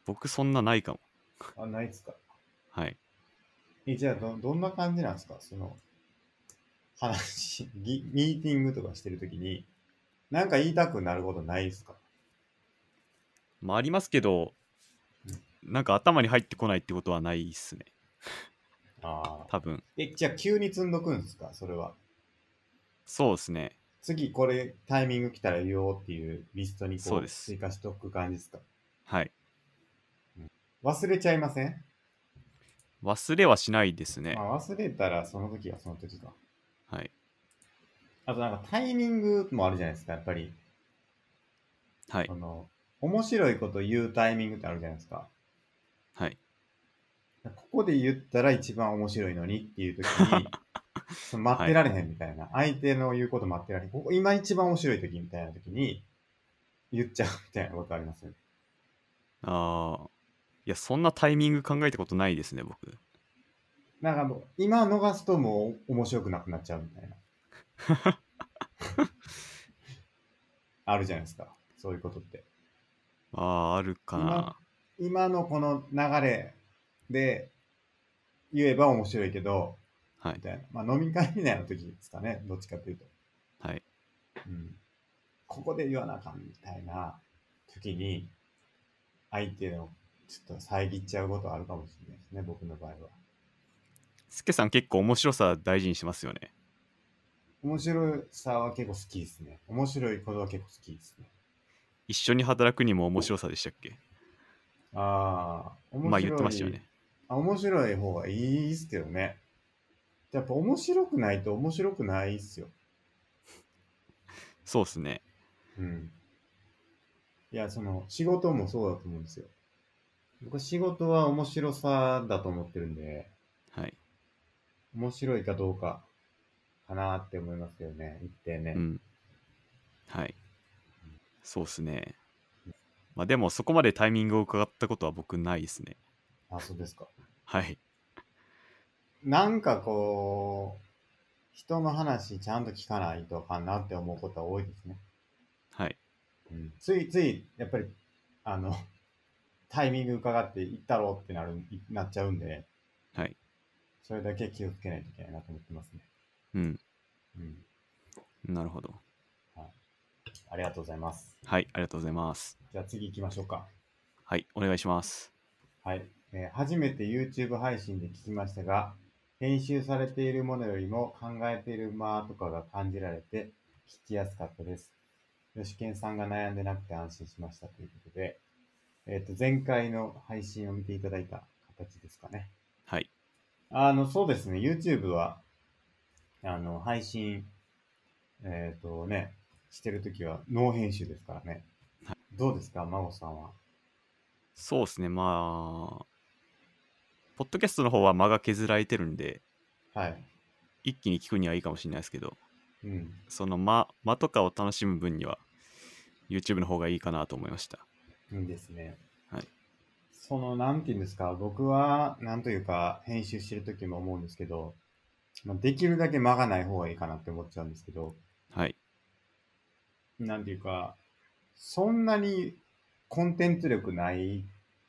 僕そんなないかもあ、ないですかはいえ、じゃあど、どんな感じなんですかその、話、 ぎミーティングとかしてるときに、なんか言いたくなることないですかまあありますけどなんか頭に入ってこないってことはないっすねああ。多分え、じゃあ急に積んどくんですかそれは。そうですね次これタイミング来たら言おうっていうリストにそこううです追加しておく感じですかはい忘れちゃいません、忘れはしないですねまあ、忘れたらその時はその時か。はいあとなんかタイミングもあるじゃないですか、やっぱり。はいその、面白いこと言うタイミングってあるじゃないですか。はいここで言ったら一番面白いのにっていう時に、その待ってられへんみたいな、相手の言うこと待ってられへん。ここ今一番面白い時みたいな時に、言っちゃうみたいなことありますよね。ああいやそんなタイミング考えたことないですね僕なんかもう、今逃すともう面白くなくなっちゃうみたいな。あるじゃないですか。そういうことって。ああーあるかな今のこの流れで言えば面白いけど、はいみたいな。まあ飲み会みたいな時ですかね。どっちかっていうと。はいうんここで言わなあかんみたいな時に、相手のちょっと遮っちゃうことあるかもしれないですね、僕の場合は。すけさん結構面白さ大事にしますよね面白さは結構好きですね。面白いことは結構好きですね。一緒に働くにも面白さでしたっけああ、面白い。まあ言ってましたよねあ。面白い方がいいですけどね。やっぱ面白くないと面白くないっすよ。そうっすねうん。いや、その、仕事もそうだと思うんですよ。僕は仕事は面白さだと思ってるんで、はい面白いかどうかかなって思いますよね、一定ね。うんはいそうっすねまあでもそこまでタイミングを伺ったことは僕ないですねあ、そうですか。はいなんかこう、人の話ちゃんと聞かないとあかんなって思うことは多いですね。はいうん、ついつい、やっぱり、あの、 タイミング伺って行ったろうってなる、いなっちゃうんで、はいそれだけ気をつけないといけないなと思ってますね。うんうん。なるほどありがとうございます。はいありがとうございますじゃあ次行きましょうか。はいお願いしますはい、えー初めて YouTube 配信で聞きましたが、編集されているものよりも考えている間とかが感じられて聞きやすかったです。吉健さんが悩んでなくて安心しましたということで、えっ、と、前回の配信を見ていただいた形ですかね。はいあの、そうですね、YouTube は、あの、配信、えっ、とね、してるときはノー編集ですからね。どうですか、真帆さんは。そうですね、まあ、ポッドキャストの方は間が削られてるんで、はい。一気に聞くにはいいかもしれないですけど、うん。その間間とかを楽しむ分には、YouTube の方がいいかなと思いました。いいですね。はい。その、なんて言うんですか、僕は、なんというか、編集してる時も思うんですけど、まあ、できるだけ間がない方がいいかなって思っちゃうんですけど、はい。なんていうか、そんなにコンテンツ力ない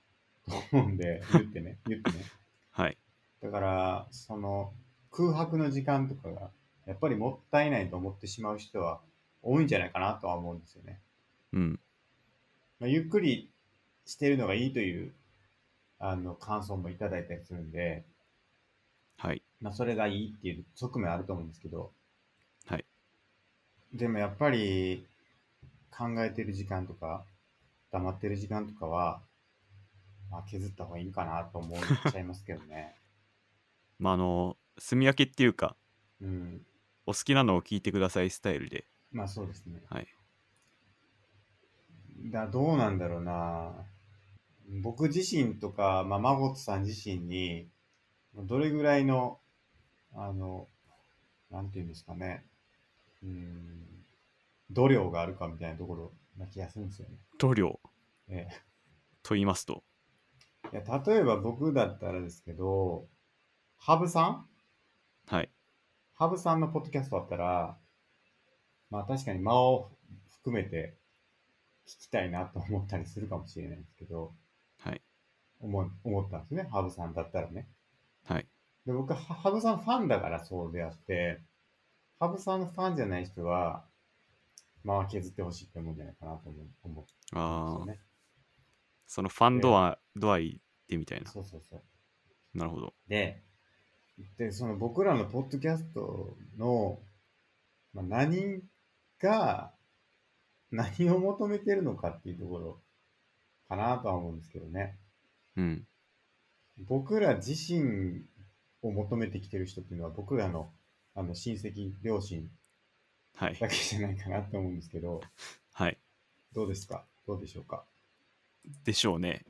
と思うんで、言ってね、 言ってね。はい。だから、その、空白の時間とかが、やっぱりもったいないと思ってしまう人は多いんじゃないかなとは思うんですよね。うん。まあ、ゆっくりしてるのがいいというあの感想もいただいたりするんで、はい。まあ、それがいいっていう側面あると思うんですけど、はい、でもやっぱり考えてる時間とか黙ってる時間とかは、まあ、削った方がいいんかなと思っちゃいますけどね。 まあ、あの、住み分けっていうか、うん、お好きなのを聞いてくださいスタイルで。まあそうですね。はい。だどうなんだろうな僕自身とか、まあ、孫さん自身にどれぐらいのあのなんていうんですかねうん度量があるかみたいなところな気がするんですよね。塗料えと言いますと、え、いや例えば僕だったらですけど羽生さんはい。羽生さんのポッドキャストだったらまあ確かに間を含めて聞きたいなと思ったりするかもしれないんですけどはい。思い思ったんですね羽生さんだったらね。はい。で僕は、羽生さんファンだからそうであって、羽生さんのファンじゃない人は、まあ削ってほしいって思うんじゃないかなと思う思うんああ、ですよね。そのファンドア、度合いでみたいな。そうそうそう。なるほど。で、で、その僕らのポッドキャストの、まあ、何が、何を求めてるのかっていうところかなとは思うんですけどね。うん。僕ら自身を求めてきてる人っていうのは僕らのあの親戚、両親はい。だけじゃないかなと思うんですけど、はい。どうですかどうでしょうか でしょうね。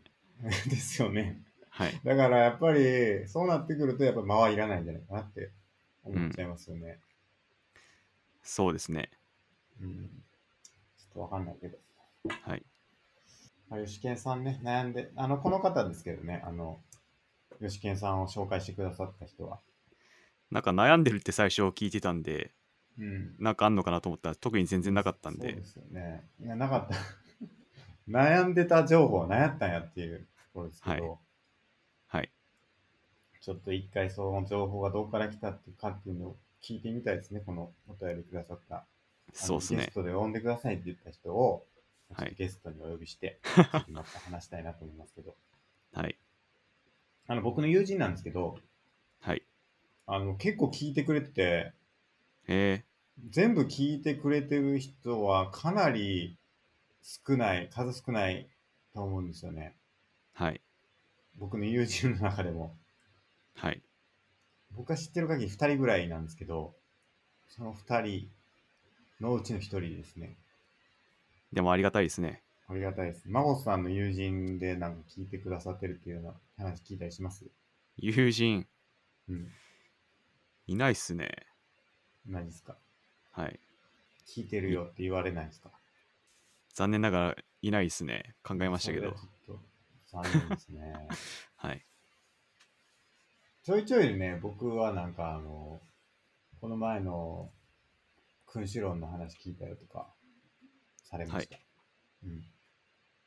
ですよね。はい。だからやっぱり、そうなってくると、やっぱ間はいらないんじゃないかなって思っちゃいますよね。そうですね。うん。ちょっとわかんないけど。はい。まあ、吉健さんね、悩んで、あの、この方ですけどね、あの、吉健さんを紹介してくださった人は。なんか悩んでるって最初聞いてたんで、うん。なんかあんのかなと思ったら特に全然なかったんでそうですよね。いや、なかった。 悩んでた情報は何やったんやっていうところですけど、ははいちょっと一回その情報がどこから来たっていうかっていうのを聞いてみたいですね、このお便りくださった。あそうのですゲねストで呼んでくださいって言った人を、はちょっいとゲストにお呼び して、ちょっとまた話したいなと思いますけど、はいあの僕の友人なんですけど、はいあの結構聞いてくれてて、え全部聞いてくれてる人はかなり少ない、数少ないと思うんですよね。ー、はい僕の友人の中でも。はい僕が知ってる限り2人ぐらいなんですけど、その2人のうちの1人ですね。でもありがたいですねありがたいです。孫さんの友人でなんか聞いてくださってるっていうような話聞いたりします友人うん。いないっすね何ですかはい聞いてるよって言われないですか残念ながらいないっすね考えましたけそれどはちょっと残念ですね。はいちょいちょいね、僕はなんかあの、この前の君主論の話聞いたりとかされました。うん、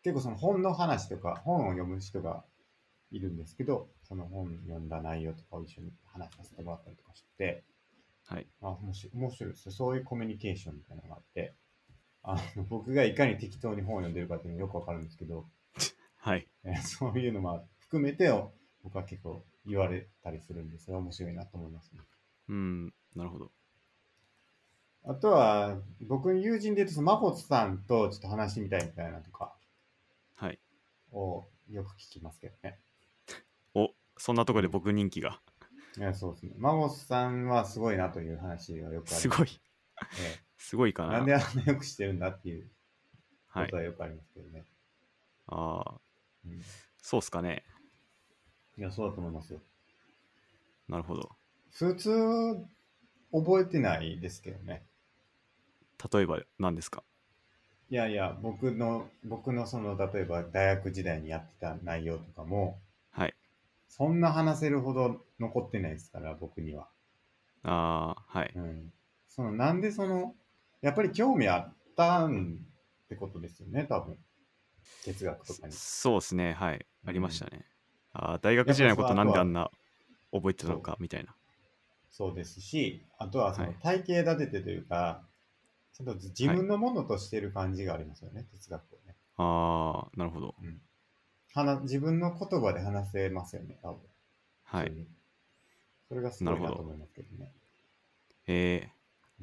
結構その本の話とか、本を読む人がいるんですけど、その本読んだ内容とかを一緒に話させてもらったりとかして、はいまあ、面白い面白いですよ。そういうコミュニケーションみたいなのがあって、あの僕がいかに適当に本を読んでるかっていうのがよくわかるんですけど、はいえー そういうのも含めてを僕は結構言われたりするんで、それは面白いなと思います、ね。うんなるほどあとは、僕の友人で言うとその、まこつさんとちょっと話してみたいみたいなとかはいをよく聞きますけどね。おそんなとこで僕人気がいやそうですね。まこつさんはすごいなという話はよくありますごいえすごいかな。なんであんなよくしてるんだっていうこはいと。はよくありますけどね。ああ、うん、いそうっすかね。や、そうだと思いますよ。なるほど。普通、覚えてないですけどね。例えば何ですかいやいや、僕の、僕のその、例えば大学時代にやってた内容とかも、はい。そんな話せるほど残ってないですから、僕には。ああ、はい。うん。その、なんでその、やっぱり興味あったんってことですよね、多分。哲学とかに。そうですね、はい。うんありましたね。ああ、大学時代のことなんであんな覚えてたのかみたいな。そうですし、あとはそのはい体系立ててというか、ちゃんと自分のものとしてる感じがありますよね、哲学をね。ああ、なるほど。話自分の言葉で話せますよね、多分。は普い通。に。それがすごいななるとほど思いますけどね。えー、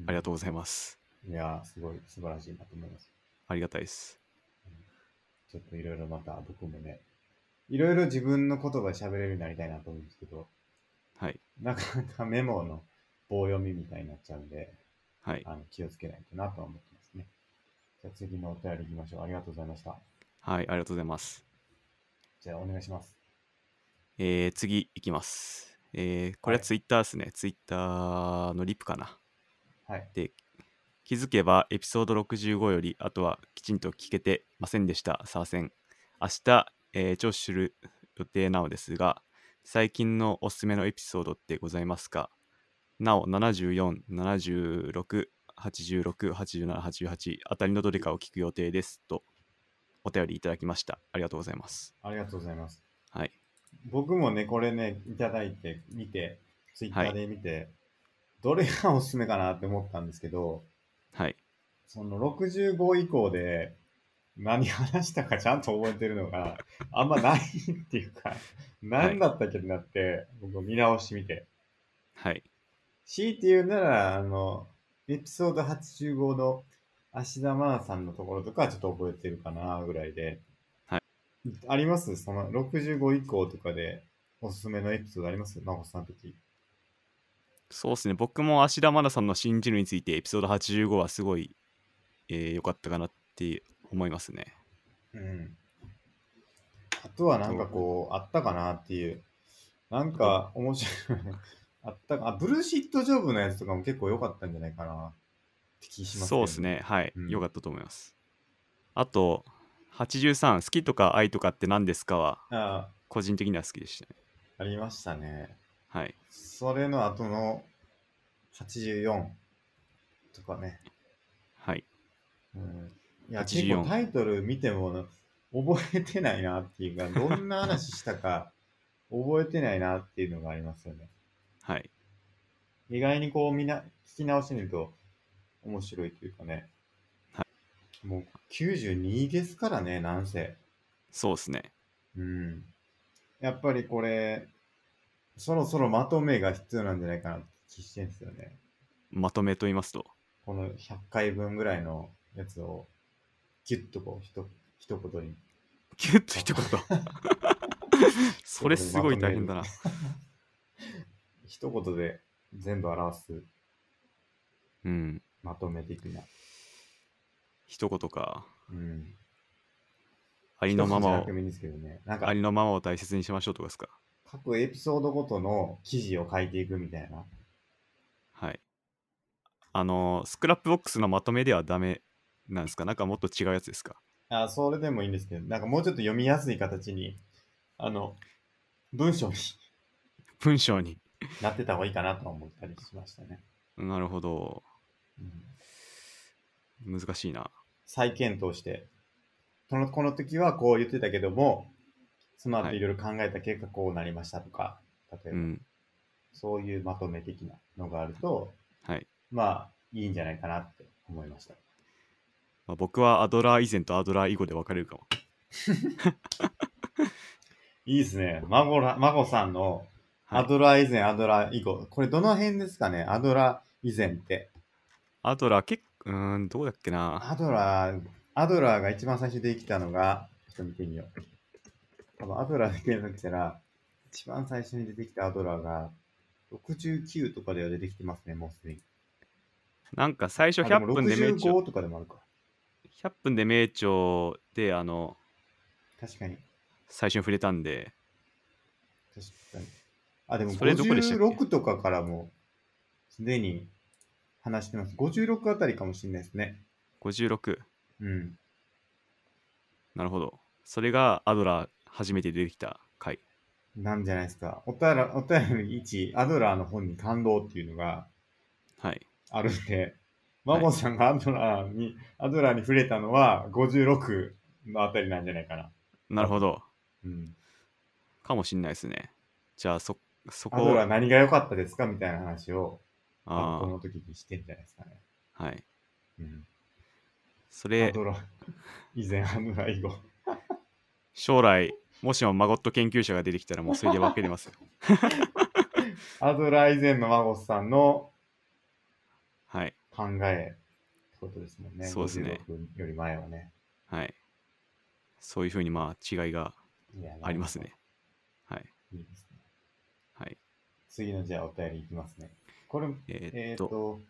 ありがととうございます。うん。いやー、すごい素晴らしいなと思います。ありがたいです。ちょっといろいろまた僕もね、いろいろ自分の言葉で喋れるようになりたいなと思うんですけど、はい。なかなかメモの棒読みみたいになっちゃうんで、はい。あの気をつけないとなとは思ってますね。じゃあ次のお便り行きましょう。ありがとうございました。はい、ありがとうございます。じゃあお願いします。えー、次いきます。えー、これははいツイッターですね。ツイッターのリプかな。はい。気づけばエピソード65よりあとはきちんと聞けてませんでした、サーセン。明日、えー聴取する予定なのですが、最近のおすすめのエピソードってございますかなお、74、76、86、87、88あたりのどれかを聞く予定ですとお便りいただきました。ありがとうございます。ありがとうございます。はい。僕もね、これね、いただいて、見て、ツイッタはーいで見て、どれがおすすめかなって思ったんですけど、はい。その65以降で何話したかちゃんと覚えてるのがあんまないっていうか、何だったっけになって、僕見直してみて。はい。強いて言うなら、あの、エピソード85の芦田愛菜さんのところとかはちょっと覚えてるかなぐらいで。はい。ありますその65以降とかでおすすめのエピソードあります真帆さん的。そうですね、僕も芦田愛菜さんの信じるについてエピソード85はすごい良、えー良かったかなって思いますね。うん。あとはなんかこう、あったかなっていう。なんか面白い。 あったか、あ、ブルーシットジョブのやつとかも結構良かったんじゃないかなって気しますけそうどです。ね。はい。うん良、かったと思います。あと、83、好きとか愛とかって何ですかは、あ個人的には好きでしたね。ありましたね。はい。それの後の84とかね。はい。うん、いや、結84構タイトル見ても覚えてないなっていうか、どんな話したか覚えてないなっていうのがありますよね。はい。意外にこうみんな聞き直してみると面白いというかね。はもう92ですからね、なんせ。そうですね。うん。やっぱりこれ、そろそろまとめが必要なんじゃないかなって気してるんですよね。まとめと言いますと。 この100回分ぐらいのやつをギュッとこうひと一言に。キュッと 一言。それすごい大変だな。一言で全部表すうん。まとめ的な。一言か。うん。ありのまま一つじゃなくをても、いいんですけどね。なんあかりのままを大切にしましょうとかですか。各エピソードごとの記事を書いていくみたいな。はい。あの、スクラップボックスのまとめではダメなんですかなんかもっと違うやつですかあそれでもいいんですけど、なんかもうちょっと読みやすい形に、あの、文章に文章に。なってた方がいいかなと思ったりしましたね。なるほど。うん、難しいな。再検討して、このこの時はこう言ってたけども、その後はいいろいろ考えた結果こうなりましたとか、例えうば、ん。そういうまとめ的なのがあると、はい。まあ、いいんじゃないかなって思いました。まあ、僕はアドラー以前とアドラー以後で分かれるかも。いいですね。孫ら、孫さんの、はいアドラー以前、アドラー以後。これどの辺ですかねアドラー以前って。アドラー結構、うーん、どうだっけな。アドラー、アドラーが一番最初できたのが、ちょっと見てみよう。多分アドラーで検索したら、一番最初に出てきたアドラーが、69とかでは出てきてますね、もうすでに。なんか最初あで100も分で名著65とかでもあるか。 100分で名著であの確かに。最初に触れたんで確かに。あ、でもそれどこでしたっけ56とかからも、すでに話してます。56あたりかもしれないですね。 56うん。なるほどそれがアドラー初めて出てきた回なんじゃないですか。おたらお便り1、アドラーの本に感動っていうのがはいあるんで、マモさんがアドラーに、アドラーに触れたのは56のあたりなんじゃないかな。なるほどうん。かもしんないですねじゃあそそアこドラー何が良かったですかみたいな話を、あこの時にしてんじゃないですかね。ーはいうん。そアれドラー、以前アドラー以後。将来もしもマゴット研究者が出てきたらもうそれで分けれますよアドラー以前のマゴスさんのはい考えってことですもんね。そうですね56より前はね。はいそういうふうにまあ違いがいやあります。ねはいいいですね。はい次のじゃあお便りいきますね。これ、えーえっーっと、と、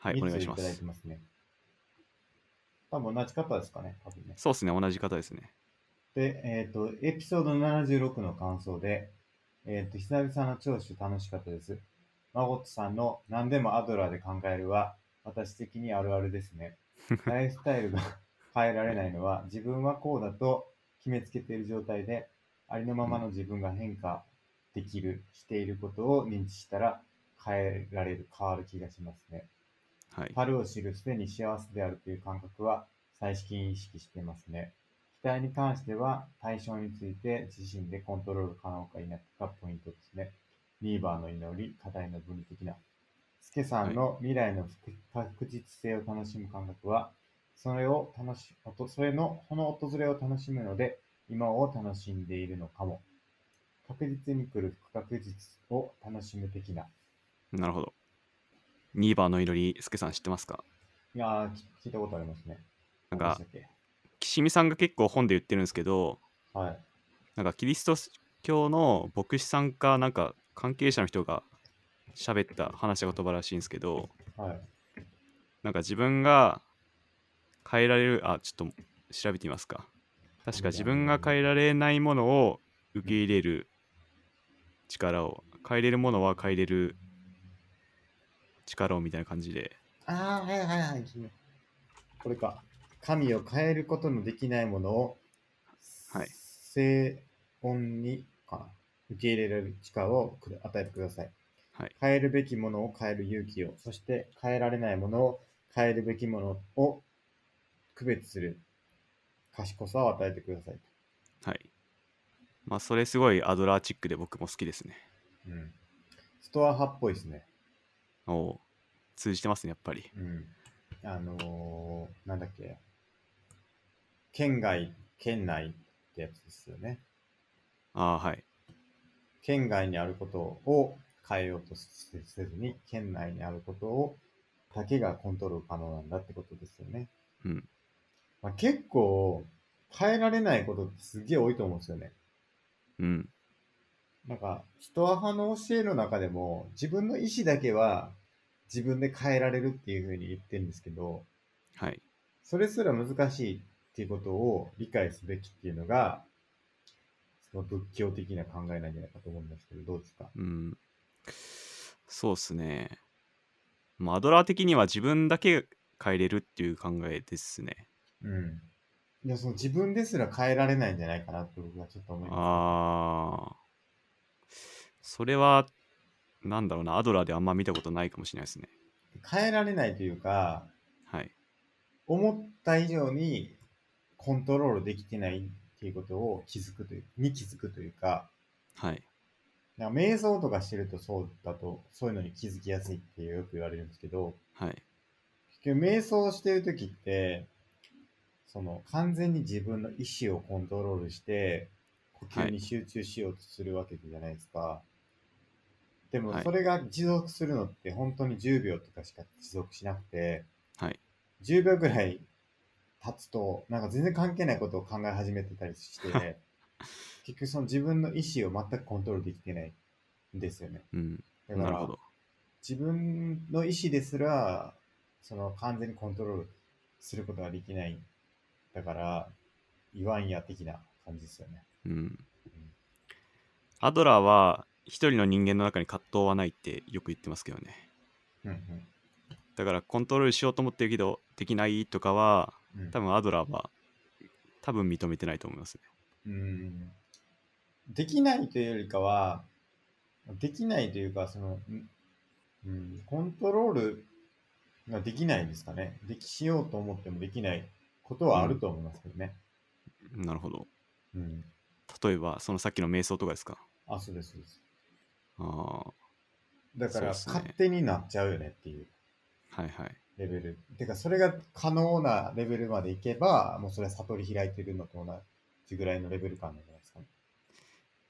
はいお願いしま三つただいすてますね。多分同じ方ですかね、多分ね。そうですね同じ方ですねで、えっ、と、エピソード76の感想で、えっ、と、久々の聴取楽しかったです。マゴットさんの何でもアドラーで考えるは、私的にあるあるですね。ライフスタイルが 変えられないのは、自分はこうだと決めつけている状態で、ありのままの自分が変化できる、していることを認知したら、変えられる、変わる気がしますね。はい春を知るすでに幸せであるという感覚は最至近意識していますね。期待に関しては対象について自身でコントロール可能か否かがポイントですね。ニーバーの祈り、課題の分離的な。スケさんの未来の不確実性を楽しむ感覚は、それを楽し、おとそれの、この訪れを楽しむので、今を楽しんでいるのかも。確実に来る不確実を楽しむ的な。なるほど2番の祈りすけさん知ってますかいやー、き聞いたことありますね。なん何でしかたっけ岸見さんが結構本で言ってるんですけどはい。なんかキリスト教の牧師さんかなんか関係者の人が喋った話した言葉らしいんですけどはい。なんか自分が変えられるあちょっと調べてみますか確か自分が変えられないものを受け入れる力を変えれるものは変えれる力をみたいな感じでああ、はいはいはい。これか。神を変えることのできないものを、はい静音にかな受け入れられる力をくれ与えてください。はい変えるべきものを変える勇気を、そして変えられないものを変えるべきものを区別する賢さを与えてください。はいまあそれすごいアドラーチックで僕も好きですねうん、ストア派っぽいですね。おお通じてますねやっぱりうん。あのー、なんだっけ。県外、県内ってやつですよね。ああはい県外にあることを変えようとせずに、県内にあることをだけがコントロール可能なんだってことですよね。うんまあ、結構、変えられないことってすげえ多いと思うんですよね。うんなんか、人は派の教えの中でも、自分の意思だけは自分で変えられるっていうふうに言ってるんですけど、はいそれすら難しいっていうことを理解すべきっていうのが、その仏教的な考えなんじゃないかと思うんですけど、どうですかうんそうっすねまあアドラー的には自分だけ変えれるっていう考えですねうん。いや、その自分ですら変えられないんじゃないかなって僕はちょっと思いまああ。それは、なんだろうな、アドラーであんま見たことないかもしれないですね。す。変えられないというか、はい。思った以上にコントロールできてないっていうことを気づくという、に気づくというか、はい。なんか瞑想とかしてるとそうだと、そういうのに気づきやすいってよく言われるんですけど、はい。結局瞑想してるときって、その完全に自分の意思をコントロールして、呼吸に集中しようとするわけじゃないですか。でもはいそれが持続するのって本当に10秒とかしか持続しなくて、はい。 10秒ぐらい経つと、なんか全然関係ないことを考え始めてたり して、結局その自分の意思を全くコントロールできてないんですよね。うん。だかなるらほど。自分の意思ですらその完全にコントロールすることができない。だから、言わんや的な感じですよね。うん、アドラーは一人の人間の中に葛藤はないってよく言ってますけどねうんだからコントロールしようと思ってるけどできないとかはうん。うん多分アドラーは多分認めてないと思いますねうんできないというよりかは、できないというか、その、んうん、コントロールができないんですかね。できしようと思ってもできないことはあると思いますけどね。なるほどうん。例えばそのさっきの瞑想とかですかあ、そうです、そうです。ああだから、そうっすね勝手になっちゃうよねっていうはいはいレベル。てか、それが可能なレベルまでいけば、もうそれは悟り開いてるのと同じぐらいのレベル感なんじゃないですかね。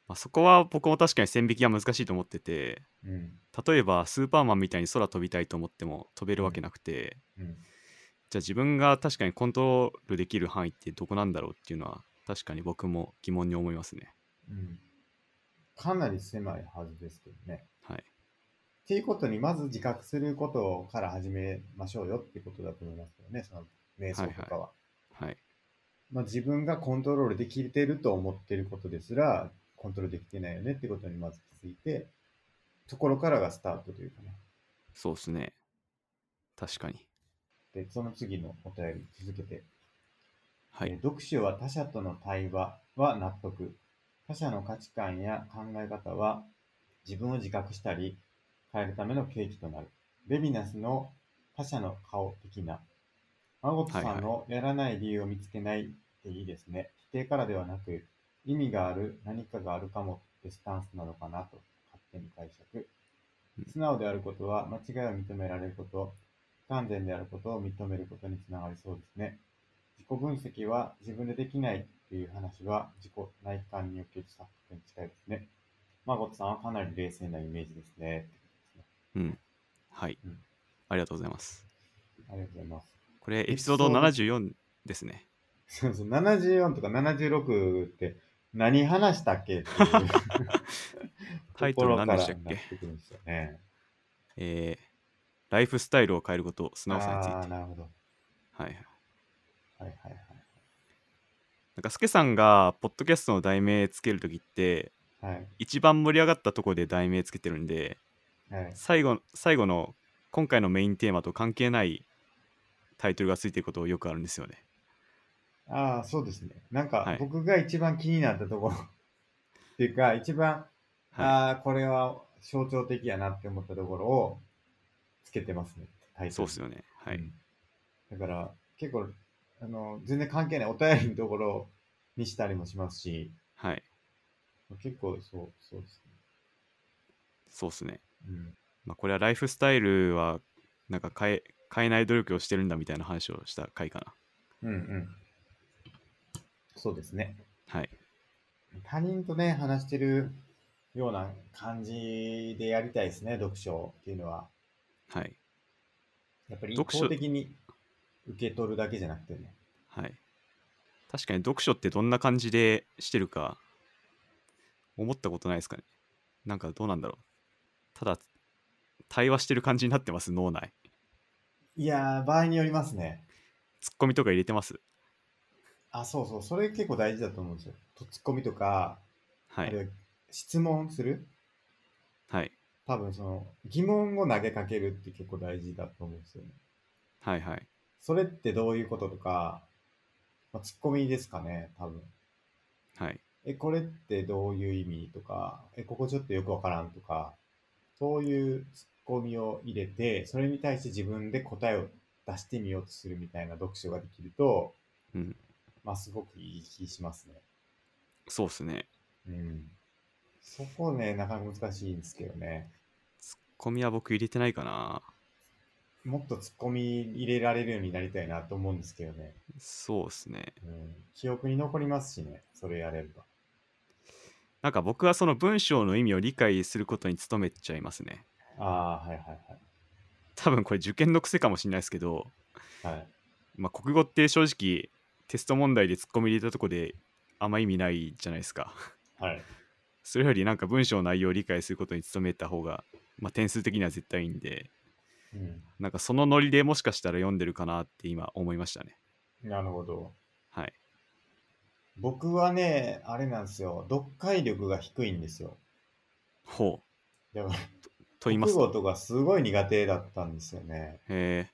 まあ、そこは僕も確かに線引きは難しいと思っててうん。例えばスーパーマンみたいに空飛びたいと思っても飛べるわけなくて、うん。じゃあ自分が確かにコントロールできる範囲ってどこなんだろうっていうのは確かに僕も疑問に思いますねうん。かなり狭いはずですけどね。はいっていうことにまず自覚することから始めましょうよっていうことだと思いますけどね、その瞑想とかは。はいまあ、自分がコントロールできてると思ってることですら、コントロールできてないよねってことにまず気づいて、ところからがスタートというかね。そうですね確かにで、その次のお便り続けて、はい、えー読書は他者との対話は納得。他者の価値観や考え方は自分を自覚したり変えるための契機となる。ベビナスの他者の顔的な。孫とさんのやらない理由を見つけないっていいですね。否定からではなく、意味がある、何かがあるかもってスタンスなのかなと勝手に解釈うん。素直であることは間違いを認められること、不完全であることを認めることにつながりそうですね。自己分析は自分でできないっていう話は自己内観における錯覚に近いですね。マゴットさんはかなり冷静なイメージですね。うんはい、うんありがとうございますありがとうございます。これエピソード74ですねそうそう、74とか76って何話したっけっていう タイトル何でしたっところからなけってくるんですよね。えー、ライフスタイルを変えること素直さについてああ、なるほど。はいはいはいはいはい。なんかスケさんがポッドキャストの題名つけるときってはい。一番盛り上がったとこで題名つけてるんではい、最後最後の今回のメインテーマと関係ないタイトルがついてることよくあるんですよねああ、そうですね。なんはかい僕が一番気になったところっていうか、一番はああ、これは象徴的やなって思ったところをつけてますね。タイいそうっすよねはい、うんだから、結構、あの、全然関係ないお便りのところにしたりもしますし、はい結構そう、そうですそうっすね、ね。うん。まあ、これはライフスタイルはなんか変え変えない努力をしてるんだみたいな話をした回かなうんうん。そうですね。はい他人とね、話してるような感じでやりたいですね、読書っていうのは。はいやっぱり一読書方的に受け取るだけじゃなくてね。はい確かに読書ってどんな感じでしてるか思ったことないですかねなんかどうなんだろうただ対話してる感じになってます脳内いやー、場合によりますね。ツッコミとか入れてますあ、そうそう、それ結構大事だと思うんですよ。とツッコミとか、はあるいいは質問するはい多分その疑問を投げかけるって結構大事だと思うんですよね。はいはいそれってどういうこととか、まあ、ツッコミですかね、多分。はいえ、これってどういう意味とか、え、ここちょっとよくわからんとか、そういうツッコミを入れて、それに対して自分で答えを出してみようとするみたいな読書ができると、うんまあすごくいい気しますね。そうっすねうん。そこね、なかなか難しいんですけどね。ツッコミは僕入れてないかなもっとツッコミ入れられるようになりたいなと思うんですけどね。そうっすねうん、記憶に残りますしね、それやれば。なんか僕はその文章の意味を理解することに努めちゃいますねああ、はいはい多分これ受験の癖かもしれないですけどはい。はい、まあ、国語って正直テスト問題でツッコミ入れたとこであんま意味ないじゃないですか はい、それよりなんか文章の内容を理解することに努めた方が、まあ、点数的には絶対いいんでうん。なんかそのノリでもしかしたら読んでるかなって今思いましたね。なるほど。はい。僕はね、あれなんですよ。読解力が低いんですよ。ほう。だから、と言いま国す語と。とかすごい苦手だったんですよね。え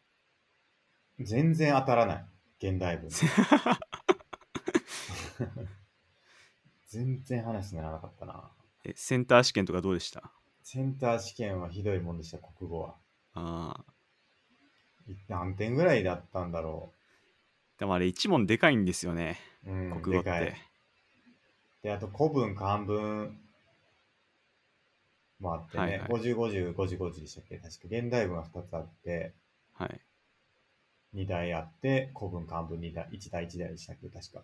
全然当たらない。現代文。全然話にならなかったな。ーえセンター試験とかどうでしたセンター試験はひどいもんでした、国語は。ああ。い何点ぐらいだったんだろでもあれ一問でかいんですよね。う。うん、国語っでかてい。。で、あと古文、漢文もあってはいね、はい50、50、50、50でしたっけ確か現代文が2つあって、はい。 2台あって、古文、漢文2台、1台1台でしたっけ確か。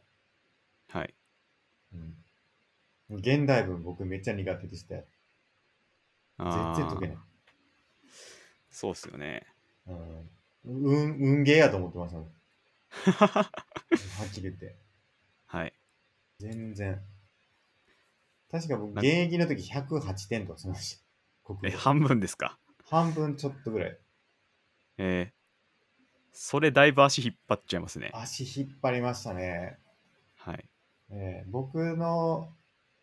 はい。うん。現代文僕めっちゃ苦手でしたよ。あ全あ然解けない。そうっすよね。 うん。うん、運ゲーやと思ってましたもん。はっきり言って。はい。全然。確か僕、なんか現役の時108点とかしました。国語え、半分ですか半分ちょっとぐらい。えーそれだいぶ足引っ張っちゃいますね。足引っ張りましたね。はい。えー僕の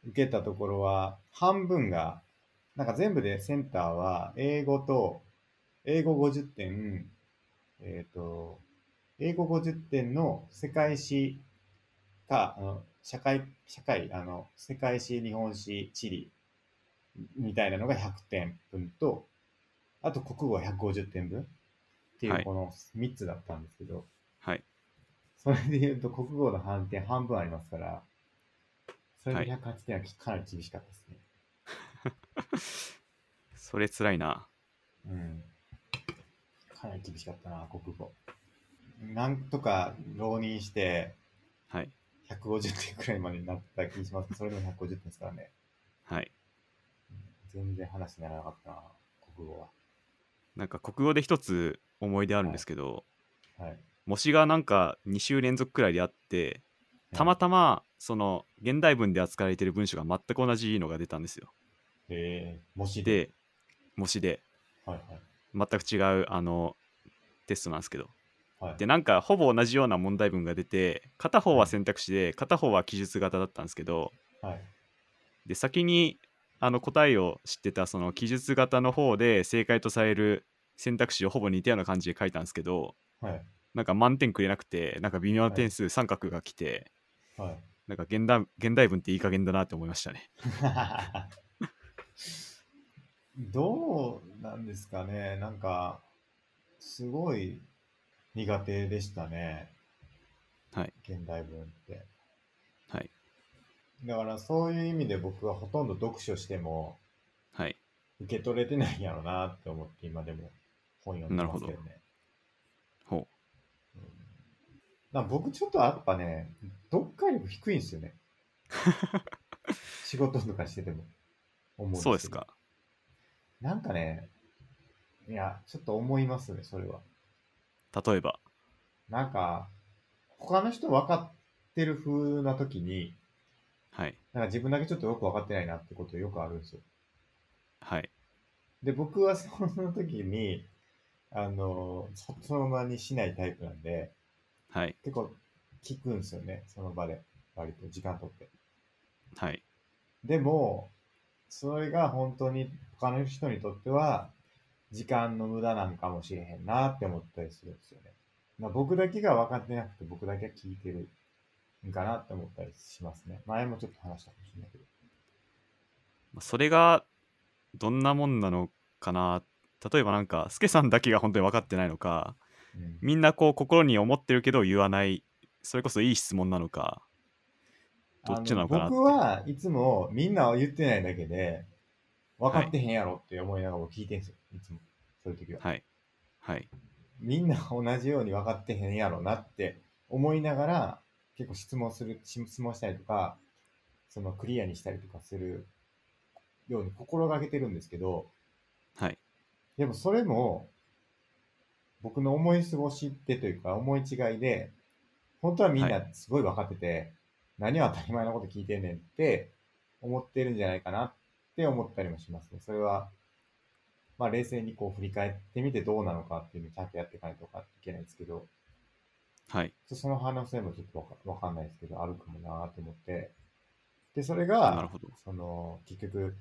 受けたところは、半分が、なんか全部でセンターは、英語と、英語50点、えっ、と、英語50点の世界史か、あの社会、社会、あの、世界史、日本史、地理みたいなのが100点分と、あと国語は150点分っていはう、いこの3つだったんですけど、はい。それで言うと、国語の判定半分ありますから、それで108点はかなり厳しかったですね。それつらいな。うん。かなり厳しかったな、国語。なんとか浪人して、はい。 150点くらいまでになった気がしますけどそれでも150点ですからね。はい。全然話にならなかったな、国語なんか国語で一つ思い出あるんですけど、は。はい。模試がなんか2週連続くらいであって、たまたまその現代文で扱われている文章が全く同じのが出たんですよ。えー、もしで。で、模試ではい全く違うあのテストなんですけど。はい。はいで、なんかほぼ同じような問題文が出て、片方は選択肢で、片方は記述型だったんですけど、はい。で先にあの答えを知ってたその記述型の方で正解とされる選択肢をほぼ似たような感じで書いたんですけどはい。なんか満点くれなくてなんか微妙な点数三角が来て、はい。なんか現代現代文っていい加減だなって思いましたねどうなんですかね、なんか、すごい苦手でしたね、はい現代文って。はいだからそういう意味で僕はほとんど読書してもはい受け取れてないんやろうなって思って今でも本読んでますけどね。ほうんだから僕ちょっとやっぱね、読解力低いんです よね。仕事とかしてても思んうけどそうですかなんかね、いや、ちょっと思いますね、それは。例えばなんか、他の人分かってる風な時に、はいなんか自分だけちょっとよく分かってないなってことよくあるんですよ。はいで、僕はその時に、あの、そその場にしないタイプなんで、はい結構聞くんですよね、その場で。割と時間取って。はいでも、それが本当に他の人にとっては、時間の無駄なんかもしれへんなって思ったりするんですよね。まあ、僕だけが分かってなくて、僕だけは聞いてるんかなって思ったりしますね。前もちょっと話したかもしれないけど。まあそれがどんなもんなのかな例えばなんかスケさんだけが本当に分かってないのかうん、みんなこう心に思ってるけど言わないそれこそいい質問なのかどっちなのかなあっのて僕はいつもみんなは言ってないだけで、分かってへんやろって思いながら僕聞いてんすよ。いつも。そういう時は。はいはいみんな同じように分かってへんやろなって思いながら結構質問するし質問したりとかそのクリアにしたりとかするように心がけてるんですけどはいでもそれも僕の思い過ごしでというか思い違いで本当はみんはなすごい分かってて、何を当たり前のこと聞いてんねんって思ってるんじゃないかなって思ったりもしますねそれはまあ、冷静にこう振り返ってみてどうなのかっていうのをちゃんとやっていかないといけないんですけど、はい。ちょその話せもちょっとわかわかんないですけど、あるかもなーと思って。で、それなるが、ほど。その、結局、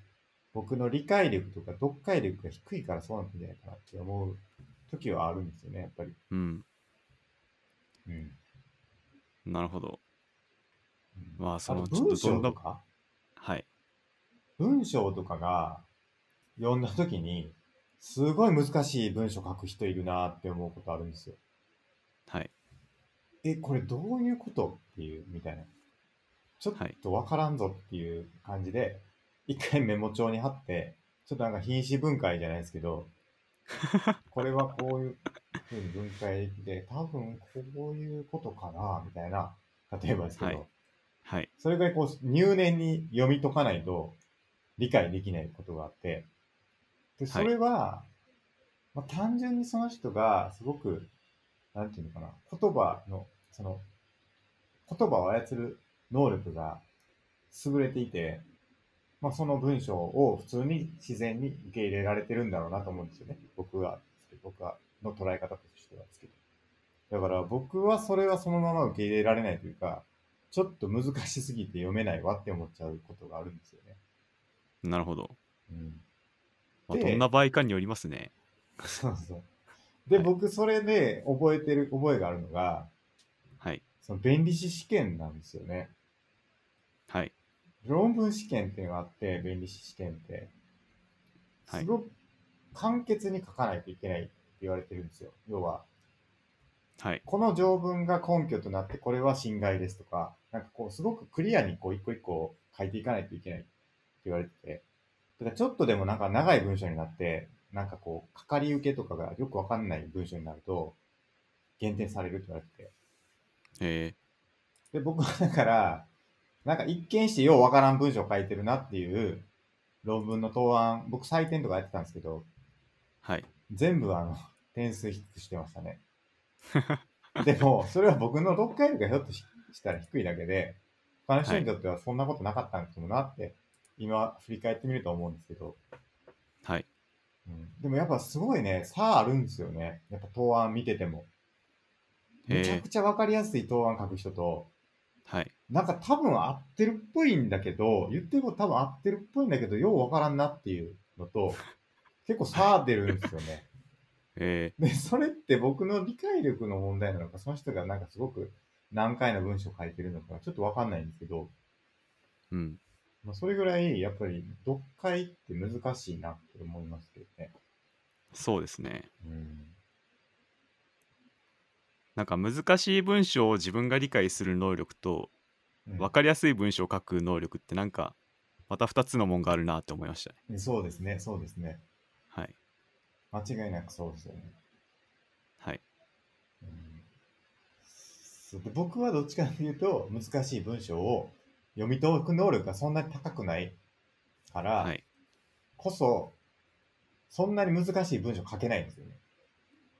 僕の理解力とか読解力が低いからそうなんじゃないかなって思う時はあるんですよね、やっぱり。うん。うん。なるほど。うんまあそのとちょっと文章どとんか、はい。文章とかが読んだ時に、すごい難しい文章書く人いるなーって思うことあるんですよ。はい。え、これどういうことっていう、みたいな。ちょっはいとわからんぞっていう感じで、一回メモ帳に貼って、ちょっとなんか品詞分解じゃないですけ ど、これはこういうふうに分解で、多分こういうことかな、みたいな、例えばですけど、はいはい。それぐらいこう入念に読み解かないと理解できないことがあって、で、それは、まあ、単純にその人がすごく、なんていうのかな、言葉の、その、言葉を操る能力が優れていて、まあ、その文章を普通に自然に受け入れられてるんだろうなと思うんですよね。僕は、僕はの捉え方としてはですけど。だから僕はそれはそのまま受け入れられないというか、ちょっと難しすぎて読めないわって思っちゃうことがあるんですよね。なるほど。うん。まあ、でどんな場合かによりますね。そうそう。 で、僕それで覚えてる、覚えがあるのが、はい。その弁理士試験なんですよね。はい。論文試験っていうのがあって、弁理士試験って。はいすごく簡潔に書かないといけないって言われてるんですよ。要は、はい。この条文が根拠となって、これは侵害ですとか、なんかこう、すごくクリアにこう、一個一個書いていかないといけないって言われてて、だからちょっとでもなんか長い文章になって、なんかこう、かかり受けとかがよくわかんない文章になると、減点されるって言われてて。えで、僕はだから、なんか一見してようわからん文章書いてるなっていう論文の答案、僕採点とかやってたんですけど、ー、はい。 全部あの、点数低くしてましたね。でも、それは僕の読解力がひょっとししたら低いだけで、他の人にとってはそんなことなかったんかもなって、今振り返ってみると思うんですけど、はい。うん、でもやっぱすごいね、差あるんですよね。やっぱ答案見てても。めちゃえくちゃわかりやすい答案書く人と、ー、はい。なんか多分合ってるっぽいんだけど、言ってること多分合ってるっぽいんだけど、ようわからんなっていうのと、結構差出るんですよね。え で、それって僕の理解力の問題なのか、その人がなんかすごく難解な文章を書いてるのか、ちょっとわかんないんですけど、ー、うん。まあ、それぐらいやっぱり読解って難しいなって思いますけどね。そうですね。うん。なんか難しい文章を自分が理解する能力と、うん分かりやすい文章を書く能力ってなんか、また2つのもんがあるなって思いましたね。そうですね、そうですね。はい。間違いなくそうですよね。はい。うんそうで僕はどっちかというと、難しい文章を読み解く能力がそんなに高くないから、はい。こそ、そんなに難しい文章書けないんですよね。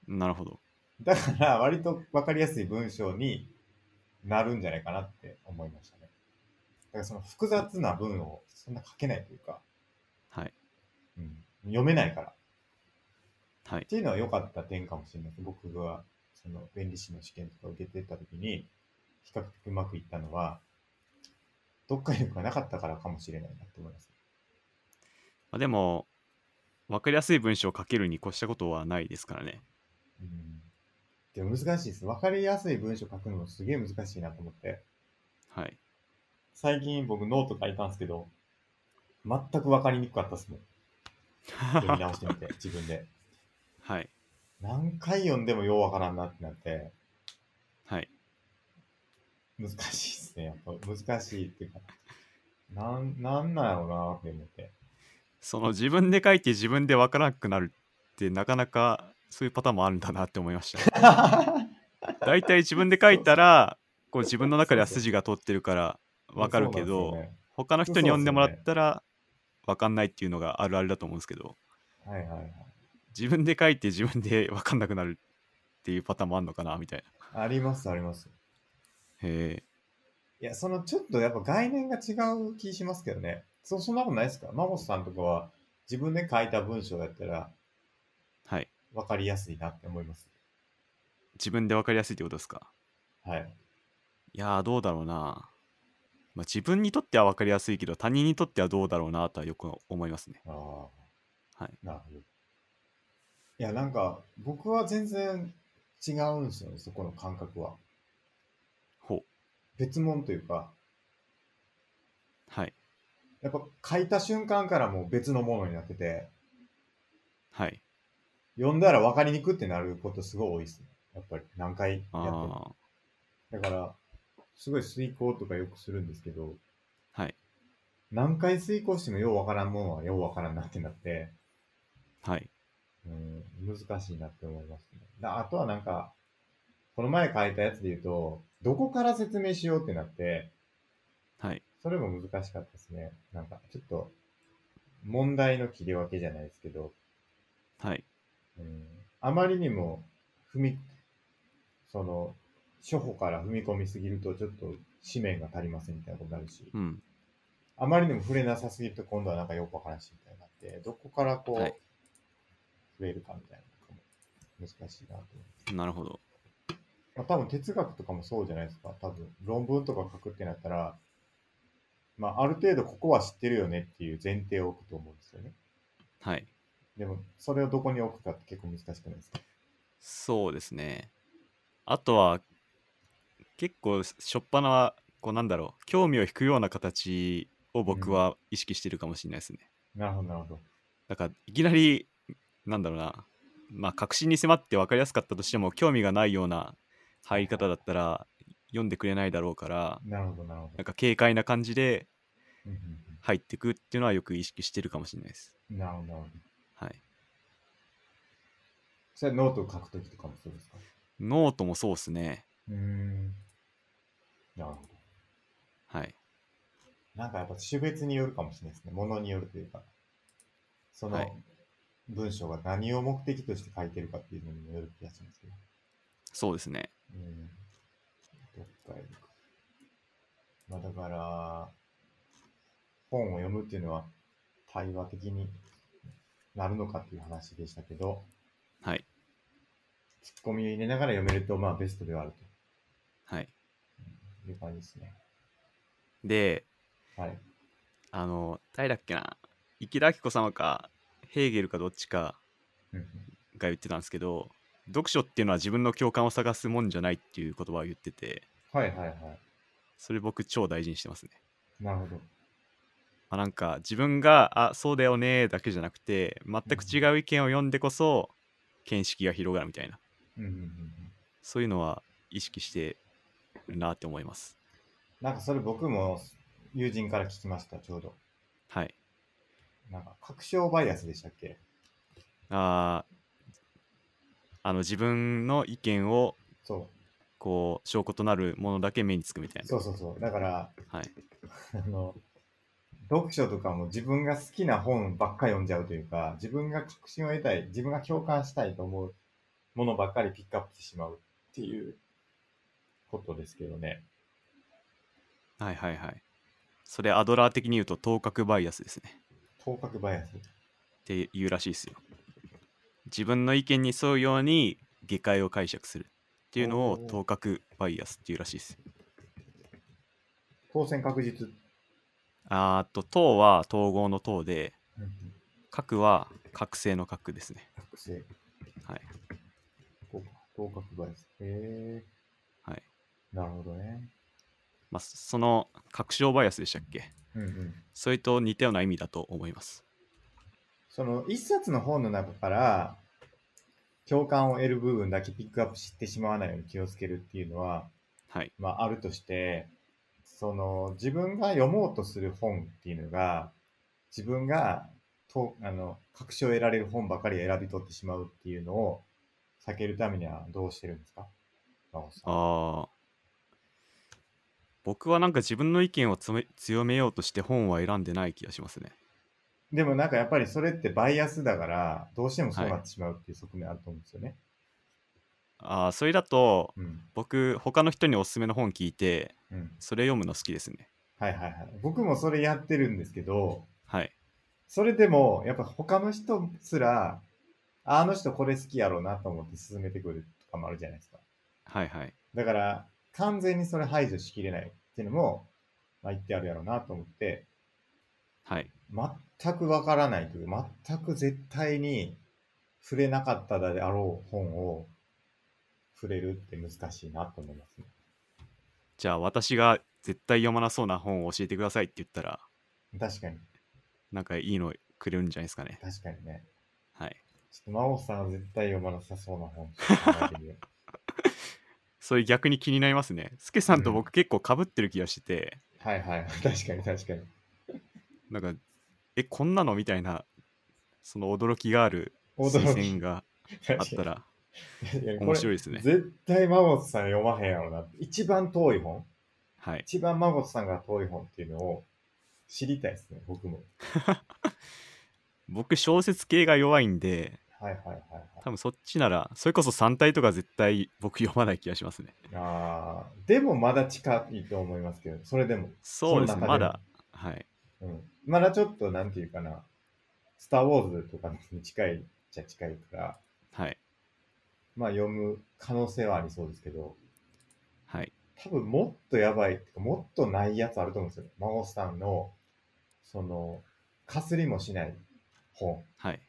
なるほど。だから、割と分かりやすい文章になるんじゃないかなって思いましたね。だからその複雑な文をそんな書けないというか、はい。うん、読めないから。っはい。ていうのは良かった点かもしれない。僕が、その、弁理士の試験とか受けてた時に、比較的うまくいったのは、読解力がなかったからかもしれないなって思います。まあ、でも、分かりやすい文章を書けるに越したことはないですからね。うん。でも難しいです。分かりやすい文章書くのもすげえ難しいなと思って。はい。最近僕ノート書いたんですけど、全く分かりにくかったですもん。読み直してみて、 自分で。 はい。何回読んでもようわからんなってなって、はい。難しいですね。やっぱ難しいっていうか、なん、なんなんやろうなって思 って。その自分で書いて自分で分からなくなるってなかなかそういうパターンもあるんだなって思いました、ね。 大体自分で書いたら、こう自分の中では筋が通ってるから分かるけそうど、なんです他の人に読んでもらったら分かんないっていうのがあるあるだと思うんですけど、よねはいはいはい。自分で書いて自分で分かんなくなるっていうパターンもあるのかなみたいな。ありますあります。へえ。いや、そのちょっとやっぱ概念が違う気しますけどね。そ、そんなことないですかマモスさんとかは自分で書いた文章やったら、分かりやすいなって思います。自分で分かりやすいってことですかはい。いやーどうだろうな、まあ、自分にとっては分かりやすいけど他人にとってはどうだろうなとはよく思いますねああ。はいなるほど。いや、なんか、僕は全然違うんですよね、そこの感覚は。ほう別物というか、はいやっぱ書いた瞬間からもう別のものになってて、はい読んだら分かりにくってなることすごい多いですね。やっぱり何回やっても。あだから、すごい遂行とかよくするんですけど、あはい何回遂行してもようわからんものはようわからんなってなって、はいうん、難しいなって思いますね。だあとはなんか、この前書いたやつで言うと、どこから説明しようってなって、はいそれも難しかったですね。なんか、ちょっと、問題の切り分けじゃないですけど、はいうん、あまりにも、踏み、その、初歩から踏み込みすぎると、ちょっと、紙面が足りませんみたいなことになるし、うんあまりにも触れなさすぎると今度はなんかよくわからんしみたいになって、どこからこう、はい触れるかみたいなのが難しいなと思う。なるほどまあ、多分哲学とかもそうじゃないですか。多分論文とか書くってなったら、まあある程度ここは知ってるよねっていう前提を置くと思うんですよね。はいでもそれをどこに置くかって結構難しくないですか。そうですねあとは結構しょっぱなはこうなんだろう興味を引くような形を僕は意識してるかもしれないですね、なるほど、なるほど。だからいきなりなんだろうなまあ確信に迫って分かりやすかったとしても興味がないような入り方だったら読んでくれないだろうからなるほど、なるほなどんか軽快な感じでうんうん入ってくっていうのはよく意識してるかもしれないですうん。なるほど、なるほど。はいそれはノートを書くときとかもそうですかノートもそうっすねうーん。なるほど。はいなんかやっぱ種別によるかもしれないですね。ものによるというか、そはのい文章が何を目的として書いてるかっていうのにもよる気がしますけど。そうですねうん。どっかへ行くまあだから、本を読むっていうのは対話的になるのかっていう話でしたけど、はいツッコミを入れながら読めるとまあベストではあるはいという感じですね。ではい。あの誰だっけな池田明子様かヘーゲルかどっちかうんうんが言ってたんですけど読書っていうのは自分の共感を探すもんじゃないっていう言葉を言っててはいはいはそれ僕超大事にしてますね。い。なるほど。まあ、なんか自分が「あそうだよね」だけじゃなくて全く違う意見を読んでこそ見識が広がるみたいなうんうんうんうん。そういうのは意識してるなって思います。なんかそれ僕も友人から聞きました、ちょうど。はい。なんか確証バイアスでしたっけあーあの自分の意見をそこう証拠となるものだけ目につくみたいうな。そうそうそう。だから、はい、あの、読書とかも自分が好きな本ばっか読んじゃうというか、自分が確信を得たい、自分が共感したいと思うものばっかりピックアップしてしまうっていうことですけどね。はいはいはい。それアドラー的に言うと頭角バイアスですね。頭角バイアス。っていうらしいですよ。自分の意見に沿うように下界を解釈するっていうのをおー頭角バイアスっていうらしいですよ。当選確実。あーっと、党は統合の党で、うん核は覚醒の核ですね。覚醒。はい。こうか頭角バイアス。へはえ。い。なるほどね。まあ、そその、確証バイアスでしたっけうんうん。それと似たような意味だと思います。その一冊の本の中から共感を得る部分だけピックアップしてしまわないように気をつけるっていうのは、はい。まあ、あるとしてその自分が読もうとする本っていうのが自分がとあの確証を得られる本ばかり選び取ってしまうっていうのを避けるためにはどうしてるんですか真帆さんあー僕はなんか自分の意見をつめ強めようとして本は選んでない気がしますね。でもなんかやっぱりそれってバイアスだからどうしてもそうなってしまうっていう側面あると思うんですよね。ああ、それだと、うん僕、他の人におすすめの本聞いて、うん、それ読むの好きですね。はいはいはい。僕もそれやってるんですけど、はい。それでも、やっぱ他の人すら、あの人これ好きやろうなと思って進めてくるとかもあるじゃないですか。はいはい。だから、完全にそれ排除しきれないっていうのも、まあ、言ってあるやろうなと思って、はい。全くわからないという、全く絶対に触れなかったであろう本を触れるって難しいなと思いますね。じゃあ私が絶対読まなそうな本を教えてくださいって言ったら、確かに、なんかいいのくれるんじゃないですかね。確かにね。はい。ちょっと真央さんは絶対読まなさそうな本ちょっと考えてみようそれ逆に気になりますね。スケさんと僕結構被ってる気がしてて、はいはい、確かに確かに。なんか、え、こんなのみたいな、その驚きがある推驚薦き。があったら 面面白いですね。絶対真央さん読まへんやろなって。一番遠い本はい。一番真央さんが遠い本っていうのを知りたいですね、僕も。僕小説系が弱いんで、はいはいはい、はい。多分そっちなら、それこそ3体とか絶対僕読まない気がしますね。あーでもまだ近いと思いますけど、それでも。そうですその中ね。までもだ、はい。うん、まだちょっと、なんていうかな、スター・ウォーズとかに近いっちゃ近いから、はい。まあ読む可能性はありそうですけど、はい。多分もっとやばい、てかもっとないやつあると思うんですよ。孫さんの、その、かすりもしない本。はい。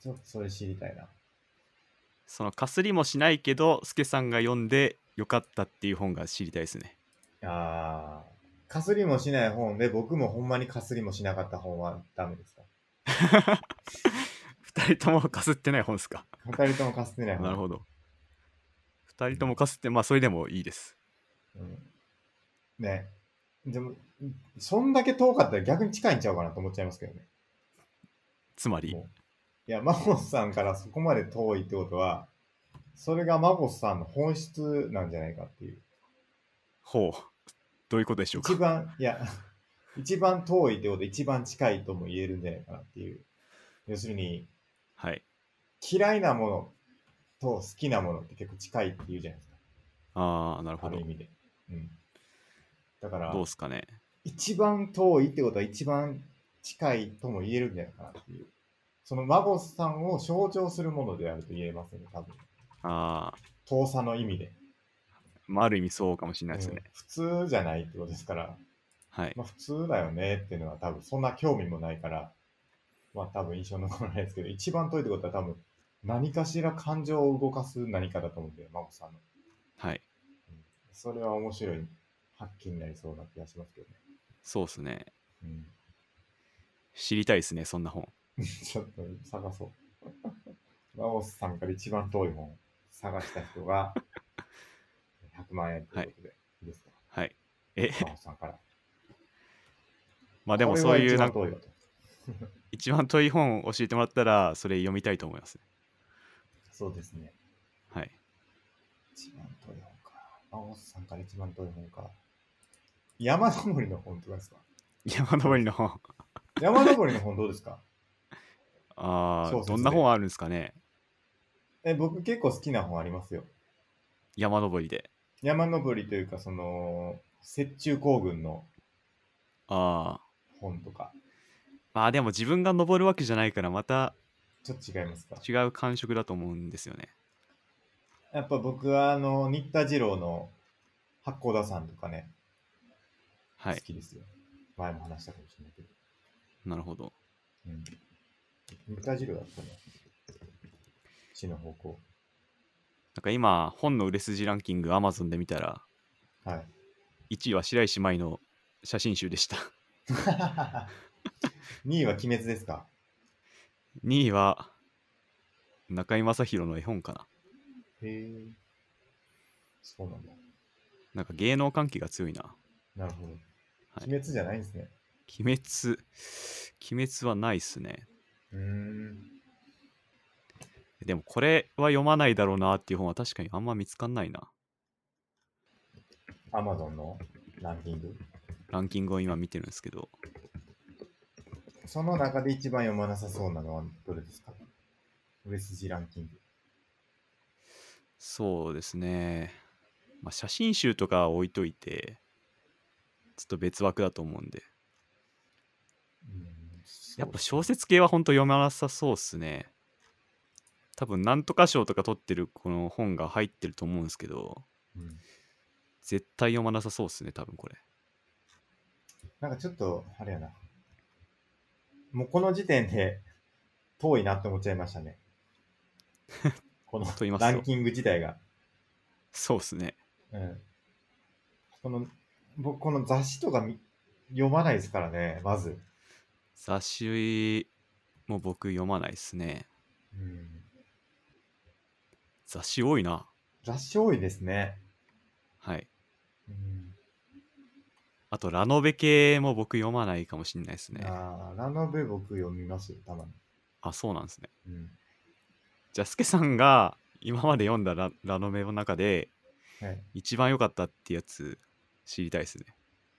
ちょっとそれ知りたいな。そのかすりもしないけど、スケさんが読んでよかったっていう本が知りたいですね。あーかすりもしない本で、僕もほんまにかすりもしなかった本はダメですか2人ともかすってない本ですか。二人ともかすってない本。なるほど。2人ともかすって、まあそれでもいいです。うんね。でも、そんだけ遠かったら逆に近いんちゃうかなと思っちゃいますけどね。つまりも、ういや、マゴスさんからそこまで遠いってことは、それがマゴスさんの本質なんじゃないかっていう。ほう。どういうことでしょう一か。番、いや、 一番遠いってことで一番近いとも言えるんじゃないかなっていう。要するに、はい。嫌いなものと好きなものって結構近いって言うじゃないですか。ああ、なるあほどる意。味で。うん。だから、どうですかね。一番遠いってことは一番近いとも言えるんじゃないかなっていう。その孫さんを象徴するものであると言えますね、多分。ああ、遠さの意味で。まあある意味そうかもしれないですねうん。普通じゃないってことですから、はい。まあ、普通だよねっていうのは多分そんな興味もないから、まあ多分印象残らないですけど、一番遠いってことは多分何かしら感情を動かす何かだと思うんだよ、孫さんの。はい。それは面白い発見になりそうな気がしますけどね。そうですね。うん、 知知りたいですね、そんな本。ちょっと探そう。 ラオスさんから一番遠い本探した人が100万円ということで、いいですかはい。え、ラオスさんから。まあでもそういうなんかこれが一番遠いよと一番遠い本を教えてもらったら、それ読みたいと思いますね。そうですね。はい。一番遠い本か。ラオスさんから一番遠い本か。山登りの本とかですか山登りの本。山登りの本どうですか 小ああ、説でどんな本あるんですかね。え僕結構好きな本ありますよ。山登りで。山登りというか、その、雪中行軍のああ。本とか。まあでも自分が登るわけじゃないから、またちょっと違いますか違う感触だと思うんですよね。やっぱ僕はあの、新田次郎の八甲田山とかね、は好い。きですよ。前も話したかもしれないけど。なるほど。うん。新田次郎だったね。死の方向。なんか今、本の売れ筋ランキング、Amazon で見たら、 はい。 1位は白石麻衣の写真集でした。 2位は鬼滅ですか2位は、中井正広の絵本かな。へえ。そうなんだ。なんか芸能関係が強いな。なるほど。い鬼滅じゃないんですね。鬼滅、鬼滅はないっすね。うーん。でもこれは読まないだろうなっていう本は確かにあんま見つかんないな。アマゾンのランキング。ランキングを今見てるんですけど、その中で一番読まなさそうなのはどれですか売れ筋ランキング。そうですね。まあ、写真集とかは置いといて、ちょっと別枠だと思うんで。うーんやっぱ小説系は本当読まなさそうっすね。多分なんとか賞とか取ってるこの本が入ってると思うんですけどうん絶対読まなさそうですね多分これなんかちょっと、あれやな。もうこの時点で遠いなって思っちゃいま したね。このと言いますとランキング自体が。そうですねうん。この、僕、この雑誌とかみ読まないですからね、まず。雑誌も僕読まないですねうん。雑誌多いな雑誌多いですね。はいうん。あとラノベ系も僕読まないかもしれないですねああーラノベ僕読みますよ、たまに。そうなんですねうん。じゃあスケさんが今まで読んだララノベの中ではい。一番良かったってやつ知りたいですね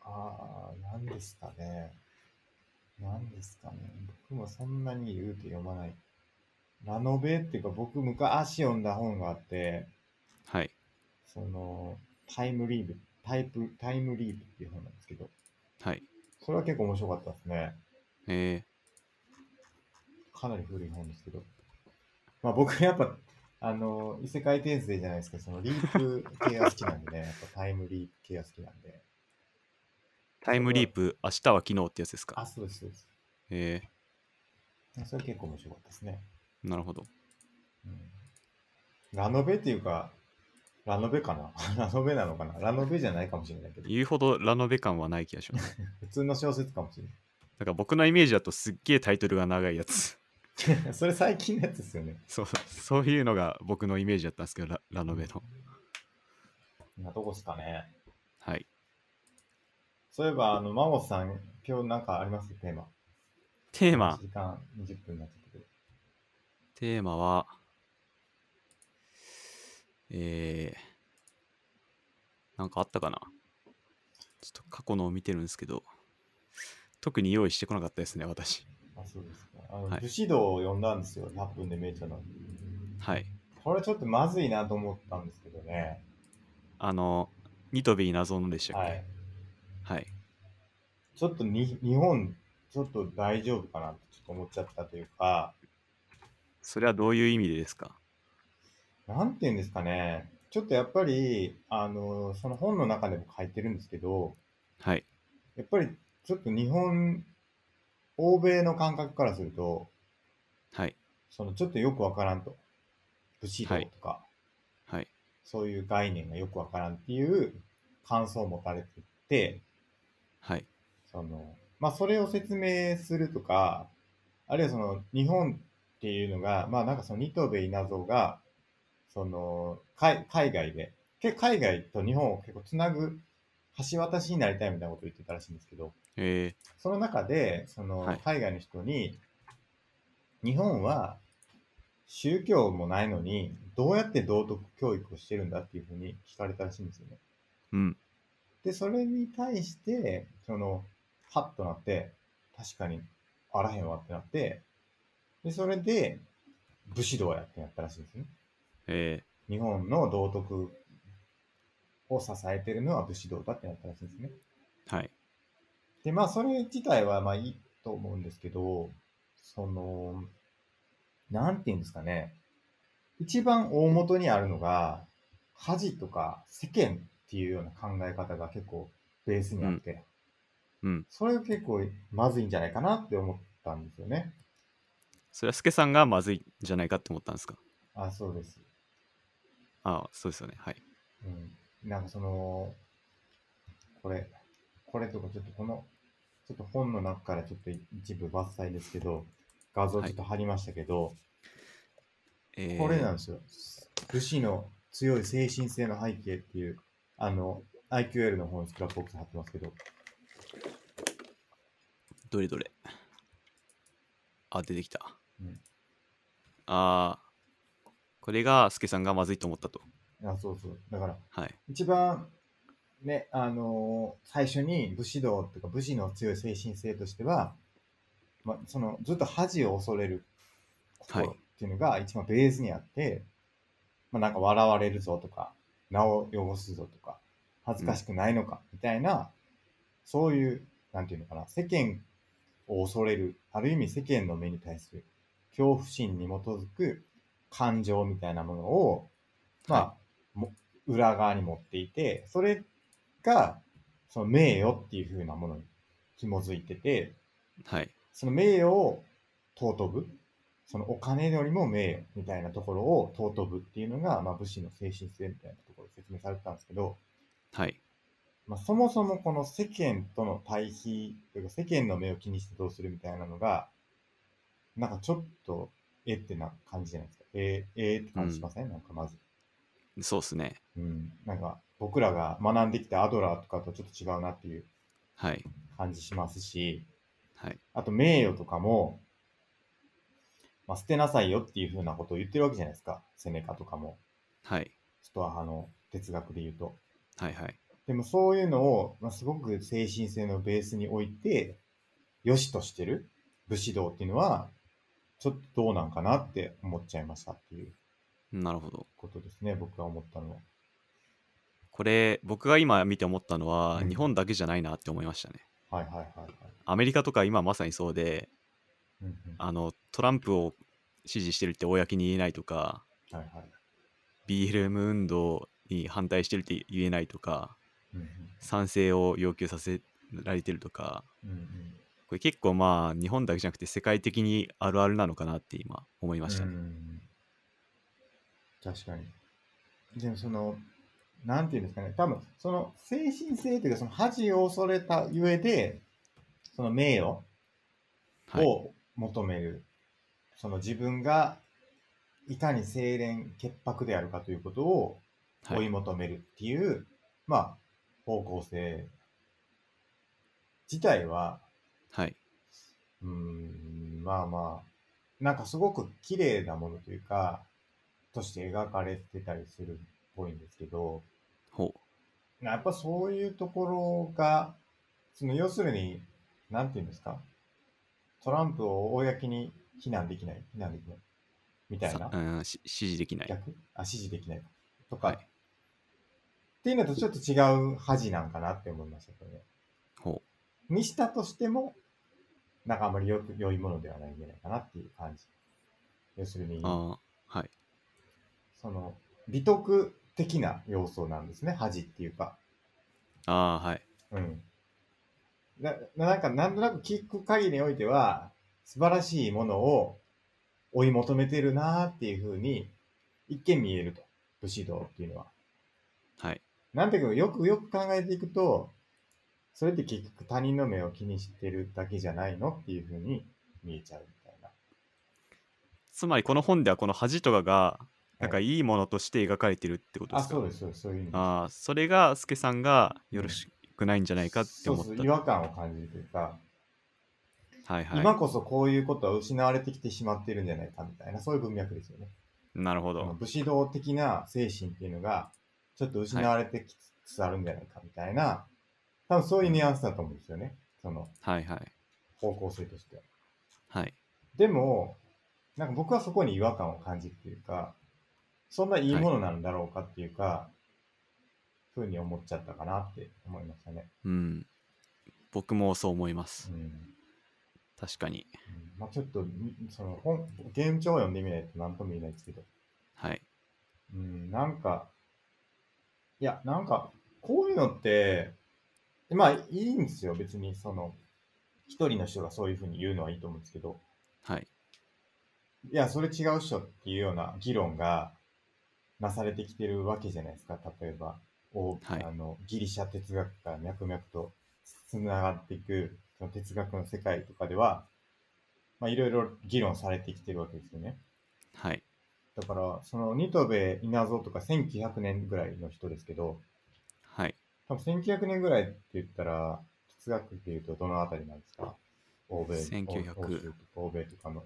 ああ、何ですかね。何ですかね。僕もそんなに言うて読まない。ラノベっていうか、僕昔読んだ本があって、はいその、タイムリープ、タイプ、タイムリープっていう本なんですけど、はいそれは結構面白かったですね。えかなり古い本ですけど。まあ僕やっぱ、あの、異世界転生じゃないですけど、そのリープ系が好きなんでね、やっぱタイムリープ系が好きなんで。ー、タイムリープ明日は昨日ってやつですあ、かそうです、そうです。えそれ結構面白かったですね。ー、なるほどラノベっていうか、ラノベかな ラノベなのかなラノベじゃないかもしれないけど、言うほどラノベ感はない気がします普通の小説かもしなんか僕のイメージだとすっげえタイトルが長いやつれない。 それ最近のやつですよね。そう そういうのが僕のイメージだったんですけどララノベのそんなとこっすかね。はいそういえば、あの、マモさん、今日なんかありますテーマ。テーマ時間20分になっちゃったけど。テーマは、えー、なんかあったかなちょっと過去のを見てるんですけど、特に用意してこなかったですね、私。あ、そうですか。あの、はい武士道を読んだんですよ。100分で名著の。はい。これちょっとまずいなと思ったんですけどね。あの、ニトビー謎のでしたっはけ、い。はい、ちょっとに日本、ちょっと大丈夫かなってちょっと思っちゃったというか、それはどういう意味でですかなんて言うんですかね。ちょっとやっぱり、あの、その本の中でも書いてるんですけど、はい。やっぱりちょっと日本、欧米の感覚からすると、はい。そのちょっとよくわからんと。武士道とか、はい。そういう概念がよくわからんっていう感想を持たれてて、はい。その、まあそれを説明するとか、あるいはその日本っていうのが、まあなんかそのニトベイナゾが、その海海外で、け海外と日本を結構つなぐ橋渡しになりたいみたいなことを言ってたらしいんですけど、えその中で、そはのい海外の人に、日本は宗教もないのに、どうやって道徳教育をしてるんだっていうふうに聞かれたらしいんですよね。ー、うん。で、それに対して、その、ハッとなって、確かに、あらへんわってなって、で、それで、武士道やってなったらしいんですね。え日本の道徳を支えてるのは武士道だってなったらしいんですね。ー、はい。で、まあ、それ自体は、まあ、いいと思うんですけど、その、なんて言うんですかね。一番大元にあるのが、恥とか世間っていうような考え方が結構ベースにあって、うん。それ結構まずいんじゃないかなって思ったんですよね。それはスケさんがまずいんじゃないかって思ったんですかあ、そうです。ああ、そうですよね。はい。うん。なんかその、これ、これとかちょっとこの、ちょっと本の中からちょっと一部伐採ですけど、画像ちょっと貼りましたけど、えー、これなんですよ。武士の強い精神性の背景っていう、あの、IQL の本スクラップボックス貼ってますけど、どれどれあ出てきた、うんあーこれがスケさんがまずいと思ったとあ、そうそう。だから、はい一番ね、あのー最初に武士道というか武士の強い精神性としては、まあ、そのずっと恥を恐れる心はいっていうのが一番ベースにあって、まあ、なんか笑われるぞとか名を汚すぞとか恥ずかしくないのかみたいな、そういうなんていうのかな世間を恐れるある意味世間の目に対する恐怖心に基づく感情みたいなものを、まあ、はも裏側に持っていて、それが、その名誉っていう風なものに紐づいてて、はい。その名誉を尊ぶ、そのお金よりも名誉みたいなところを尊ぶっていうのが、まあ、武士の精神性みたいなところで説明されてたんですけど、はい。まあ、そもそもこの世間との対比というか世間の目を気にしてどうするみたいなのがなんかちょっとえってな感じじゃないですかえー、えー、って感じしません、なんかまず、そうですね。うん、なんか僕らが学んできたアドラーとかとちょっと違うなっていうはい。感じしますしはい。あと名誉とかも、まあ、捨てなさいよっていうふうなことを言ってるわけじゃないですかセネカとかもはい。ストア派の哲学で言うとはい。はい。でもそういうのを、まあ、すごく精神性のベースに置いて、良しとしてる武士道っていうのは、ちょっとどうなんかなって思っちゃいましたっていうなるほど。ことですね、僕が思ったのは。これ、僕が今見て思ったのは、うん日本だけじゃないなって思いましたね。はいはいはいはい。アメリカとか今まさにそうで、うんうん、はあの、トランプを支持してるって公に言えないとか、いはい。 BLM 運動に反対してるって言えないとか、うん賛成を要求させられてるとか、うんうんうんこれ結構まあ日本だけじゃなくて世界的にあるあるなのかなって今思いましたうね。ん確かに。でもその、なんていうんですかね、多分その精神性というか、その恥を恐れたゆえで、その名誉はい。を求める、その自分がいかに清廉潔白であるかということを追はいい、求めるっていう、まあ方向性自体ははい。うーんまあまあなんかすごく綺麗なものというかとして描かれてたりするっぽいんですけどほう。やっぱそういうところがその要するになんて言うんですかトランプを公に非難できない非難できないみたいなさうん、し支持できない。逆あ、支持できないとか、はいっていうのとちょっと違う恥なんかなって思いましたけどね。ほにしたとしても、なんかあまりよく良いものではないんじゃないかなっていう感じ。要するにう。、ああ、はい。その、美徳的な要素なんですね、恥っていうか。ああ、はい。うん。ななんか、なんとなく聞く限りにおいては、素晴らしいものを追い求めてるなーっていうふうに、一見見えると。武士道っていうのは。はい。なんていうか、よくよく考えていくと、それって結局他人の目を気にしてるだけじゃないのっていうふうに見えちゃうみたいな。つまりこの本ではこの恥とかが、なんかはいいいものとして描かれてるってことであ、すか、そうです、そうです、そういう意味ああ、それが、スケさんがよろしくないんじゃないかって思っそうた。そう、違和感を感じるというか、はいは今こそこういうことは失われてきてしまってるんじゃないかみたいな、そういう文脈ですよね。い。なるほそのど。武士道的な精神っていうのが、ちょっと失われてきつつあるんじゃないかみたいな、多分そういうニュアンスだと思うんですよね。そのはいはい。方向性としては。はい。でも、なんか僕はそこに違和感を感じるっていうか、そんないいものなんだろうかっていうか、ふうに思っちゃったかなって思いましたね。うん。僕もそう思いまうす。ん。うん確かに。まあちょっと、んその本、現状を読んでみないと何とも言えないですけど、はい。うん、なんか、いや、なんか、こういうのって、まあいいんですよ、別に、その、一人の人がそういうふうに言うのはいいと思うんですけど、はい。いや、それ違うっしょっていうような議論がなされてきてるわけじゃないですか。例えば、おはいあのギリシャ哲学が脈々とつながっていくその哲学の世界とかでは、まあ、いろいろ議論されてきてるわけですよね。はい。だから、そのニトベ稲造とか1900年ぐらいの人ですけど、はい。多分1900年ぐらいって言ったら、哲学っていうとどのあたりなんですか欧米1900欧欧州とか欧米とかの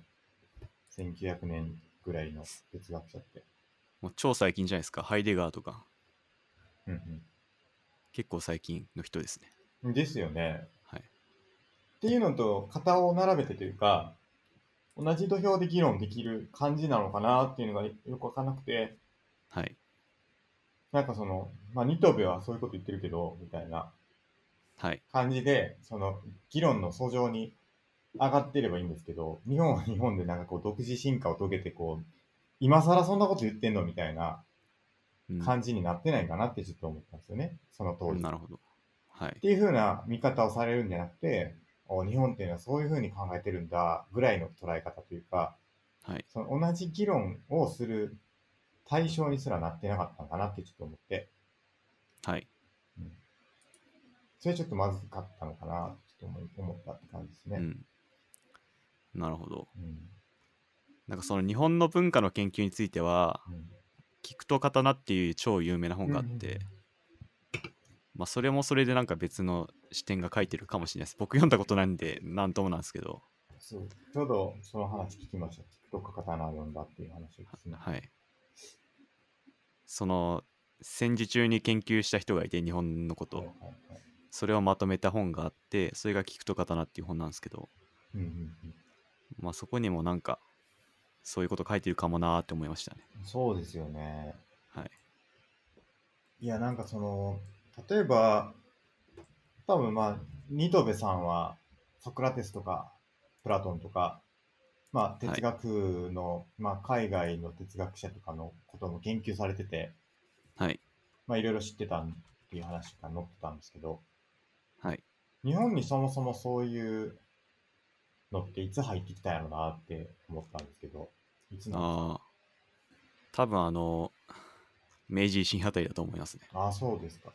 1900年ぐらいの哲学者って。もう超最近じゃないですか。ハイデガーとか。うん結構最近の人ですね。うん、ですよね。はい。っていうのと型を並べてというか同じ土俵で議論できる感じなのかなっていうのがよくわかんなくてはい。なんかその、まあ、ニトベはそういうこと言ってるけどみたいなはい。感じでその議論の訴状に上がってればいいんですけど日本は日本でなんかこう独自進化を遂げてこう今更そんなこと言ってんのみたいなうん感じになってないかなってちょっと思ったんですよね、その通り。なるっほど。はい。ていう風な見方をされるんじゃなくて、お日本っていうのはそういう風に考えてるんだぐらいの捉え方というか、はい。その同じ議論をする対象にすらなってなかったのかなってちょっと思って、はい。それちょっとまずかったのかなってちょっと思い思ったって感じですうね。ん。なるほど。うんなんかその日本の文化の研究については、うん菊と刀っていう超有名な本があって、うんまあそれもそれでなんか別の視点が書いてるかもしれないです。僕読んだことないんで、なんともなんですけど、そうちょうどその話聞きました。聞くとか刀を読んだっていう話ですね。はい。その戦時中に研究した人がいて、日本のことはいをは、いはいそれをまとめた本があって、それが菊と刀っていう本なんですけど、うんうんうんまあそこにもなんか、そういうこと書いてるかもなーって思いましたね。そうですよね。はい。いや、なんかその、例えば、多分まあ、ニトベさんは、ソクラテスとか、プラトンとか、まあ、はい哲学の、まあ、海外の哲学者とかのことも研究されてて、はい。まあ、いろいろ知ってたっていう話が載ってたんですけど、はい。日本にそもそもそういうのっていつ入ってきたんやろなって思ったんですけど、いつのああ。多分あの、明治維新あたりだと思いますね。ああ、そうですか。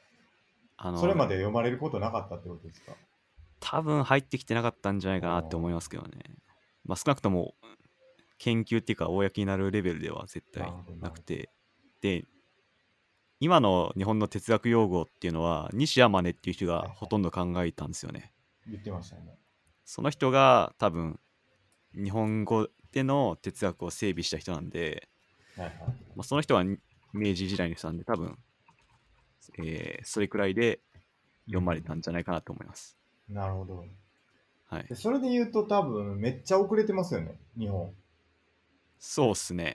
あの、それまで読まれることなかったってことですか多分入ってきてなかったんじゃないかなって思いますけどね。まあ少なくとも、研究っていうか、公になるレベルでは絶対なくて。で、今の日本の哲学用語っていうのは、西山根っていう人はいがはいほとんど考えたんですよね。言ってましたよね。その人が多分日本語での哲学を整備した人なんで、はいはい。まあ、その人はに明治時代の人なんで多分、えーそれくらいで読まれたんじゃないかなと思います。なるほど。はいで、それで言うと多分めっちゃ遅れてますよね、日本。そうっすね。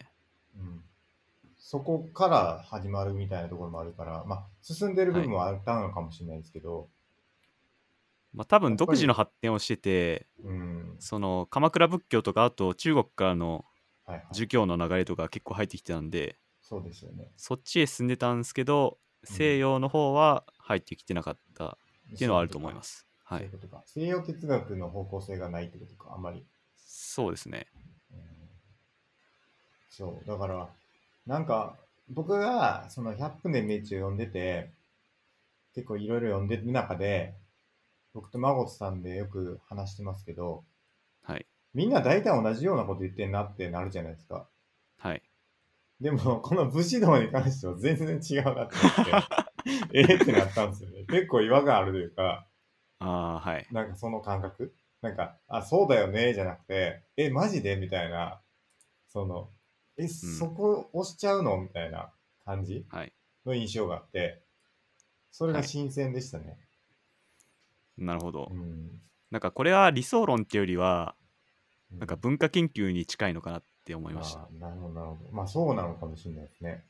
うん。そこから始まるみたいなところもあるから、まあ進んでる部分はあったのかもしれないですけど、まあ、多分やっぱり独自の発展をしててうん。その鎌倉仏教とかあと中国からのはいはい。儒教の流れとか結構入ってきてたんでそうですよね。そっちへ進んでたんですけどうん西洋の方は入ってきてなかったっっていうのはあると思いま。す。はそうい、いうことか。西洋哲学の方向性がないってことか、あんまり。そうですね。うんそう、だから、なんか、僕が、その、100分で命中読んでて、結構いろいろ読んでる中で、僕と孫さんでよく話してますけど、はいみんな大体同じようなこと言ってんなってなるじゃないですか。はいでも、 この武士道に関しては全然違うなって 思って、ええってなったんですよね。結構違和感あるというか、ああはいなんかその感覚なんか、あ、そうだよね、じゃなくて、え、マジでみたいな、その、え、そこ押しちゃうのみたいな感じはいの印象があって、それがはい新鮮でしたね。なるほどうん。なんかこれは理想論っていうよりはうなんか、文化研究に近いのかなって思いましたあーなるほど、なるほど。まあ、そうなのかもしれないですね。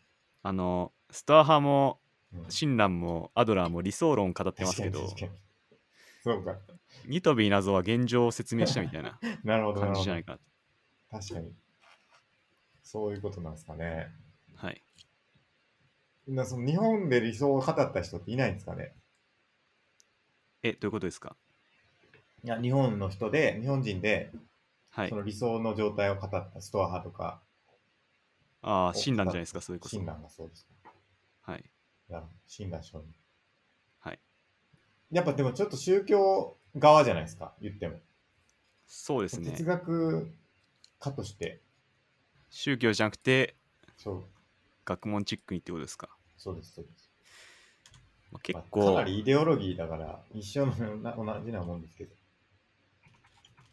あのスター派もうん親鸞もアドラーも理想論を語ってますけど確かに確かにそうか。ニトビー謎は現状を説明したみた いななるほど、な感るほじじどゃな。いかな確かに。そういうことなんですかね。はいなその日本で理想を語った人っていないんですかねえどういうことですかいや、日本の人で、日本人ではいその理想の状態を語ったストア派とか、ああ親鸞じゃないですかそれこそ親鸞がそうですか。はいなるほど親鸞商人。はい。やっぱでもちょっと宗教側じゃないですか、言っても。そうですね哲学家として、宗教じゃなくてそう、学問チックにってことですか、そうです、そうです。まあ、結まあ構かなりイデオロギーだから、一緒のな同じなもんですけど。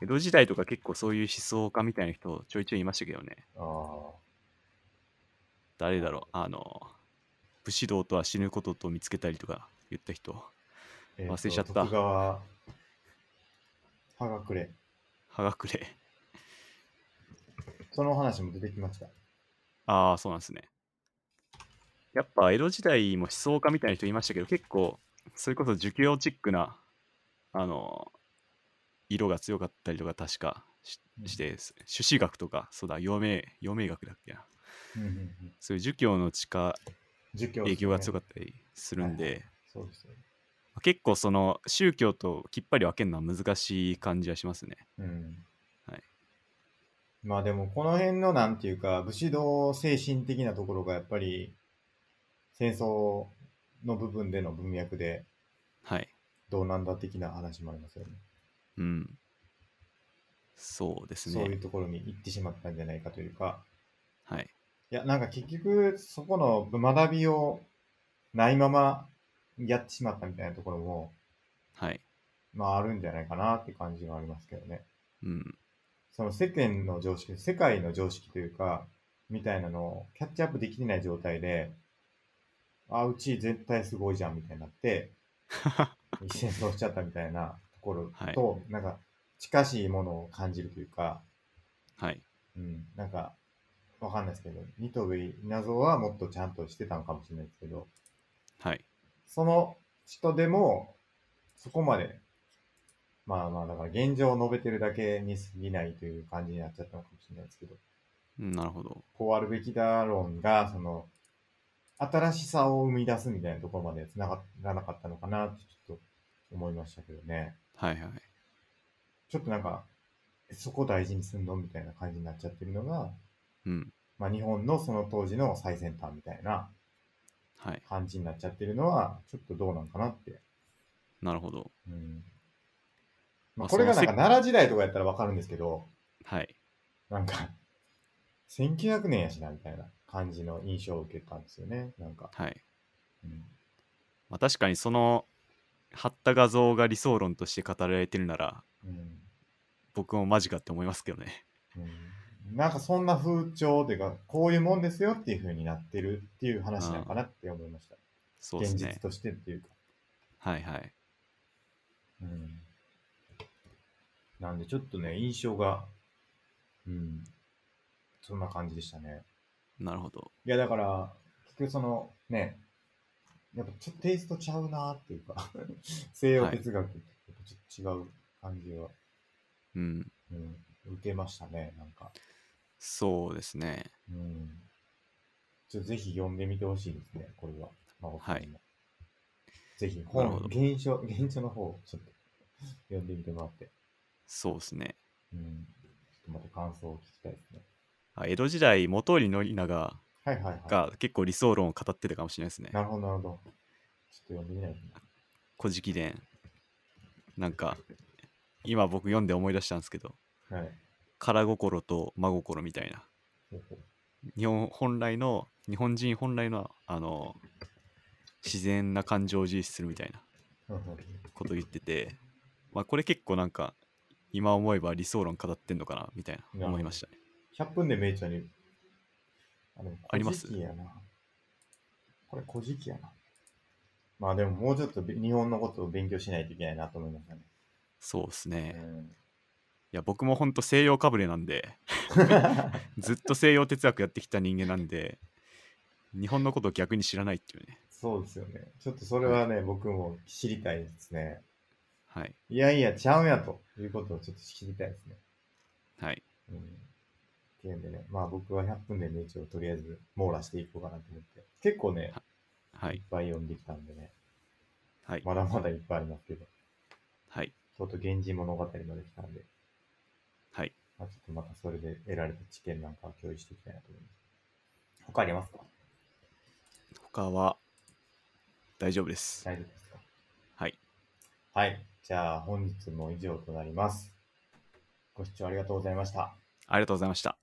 江戸時代とか結構そういう思想家みたいな人ちょいちょいいましたけどねああ。誰だろうあの武士道とは死ぬことと見つけたりとか言った人えーと忘れちゃった徳川、葉隠れ。葉隠れその話も出てきました。ああそうなんですねやっぱ江戸時代も思想家みたいな人いましたけど結構それこそ儒教チックなあの色が強かったりとか確かしして朱子学とかそうだ陽明陽明学だっけなうんうんうんそういう儒教の地下儒教影響が強かっったりするんで、はいはいそうですよね。まあ結構その宗教ときっぱり分けるのは難しい感じはしますね。うん。はい。まあでも、この辺のなんていうか、武士道精神的なところがやっぱり、戦争の部分での文脈で、はい。どうなんだ的な話もありますよね。うん。そうですそういうね。ところに行ってしまったんじゃないかというか、はい。いや、なんか結局、そこの学びをないままやってしまったみたいなところも、はい。まああるんじゃないかなって感じがありますけどね。うん。 その世間の常識、世界の常識というか、みたいなのをキャッチアップできてない状態で、あ、うち絶対すごいじゃんみたいになって、一戦争しちゃったみたいな ところと、なんか近しいものを感じるというか、はい。うん、なんか、わかんないですけど、ニトビ稲造はもっとちゃんとしてたのかもしれないですけど、はい。その人でも、そこまで、まあまあ、だから現状を述べてるだけに過ぎないという感じになっちゃったのかもしれないですけど、うんなるほど。こうあるべきだ論が、その、新しさを生み出すみたいなところまで繋がらなかったのかなってちょっと思いましたけどね。はいはい。ちょっとなんか、えそこ大事にすんのみたいな感じになっちゃってるのが、うん。まあ日本のその当時の最先端みたいなはい。感じになっちゃってるのは、ちょっとどうなんかなって。なるほど。うん。ままああこれがなんそかの世奈良時代とかやったらわかるんですけど、はい。なんか、1900年やしな、みたいな感じの印象を受けたんですよね。なんか。はい。うんまあ、確かにその貼った画像が理想論として語られてるなら、うん僕もマジかって思いますけどね。 うんなんかそんな風潮というか、こういうもんですよっていう風になってるっていう話なのかなって思いました。そうです現ね実。としてっていうか。はいはい。うん、なんでちょっとね、印象が、うん、そんな感じでしたね。なるほど。いやだから、結局そのね、やっぱちょっとテイストちゃうなっていう か、西洋哲学とちょっと違う感じは、うん。うん、受けましたね、なんか。そうですね。うん。ちょっとぜひ読んでみてほしいですね、これは。まあ、お二人も。ぜひなる本ほ、ど原書、原書の方をちょっと読んでみてもらって。そうですね。うん。ちょっとまた感想を聞きたいですね。あ江戸時代、元頼宣長はいはいはが結構理想論を語ってたかもしれないですねい。。なるほど、なるほど。ちょっと読んでみないとね。古事記伝。なんか、今僕読んで思い出したんですけど、はい。 空心と真心みたいな。ほうほう日本本来の、日本人本来の、あの、自然な感情を重視するみたいなうんうんことを言ってて、まあこれ結構なんか、今思えば理想論語ってんのかなみたいな思いましたね。 100分で名著に。あ、でも、あります古事記やな。これ、古事記やな。まあでも、もうちょっとべ日本のことを勉強しないといけないなと思いましたね。そうですうね。ん。いや、僕もほんと西洋かぶれなん で、ずっと西洋哲学やってきた人間なんで、日本のことを逆に知らないっていうね。そうですよね。ちょっとそれはね、僕も知りたいですね。はい。いやいや、ちゃうんやということをちょっと知りたいですね。はい。うん。っていうんでね、まあ僕は100分で名著をとりあえず網羅していこうかなと思って。結構ね、はいいっ。ぱい読んできたんでね、はい。まだまだいっぱいありますけど、はい。ちょっと源氏物語まで来たんで、はい。まあ、ちょっとまたそれで得られた知見なんかを共有していきたいなと思います。他ありますか他は大丈夫です。大丈夫ですかはい。はい。じゃあ本日も以上となります。ご視聴ありがとうございました。ありがとうございました。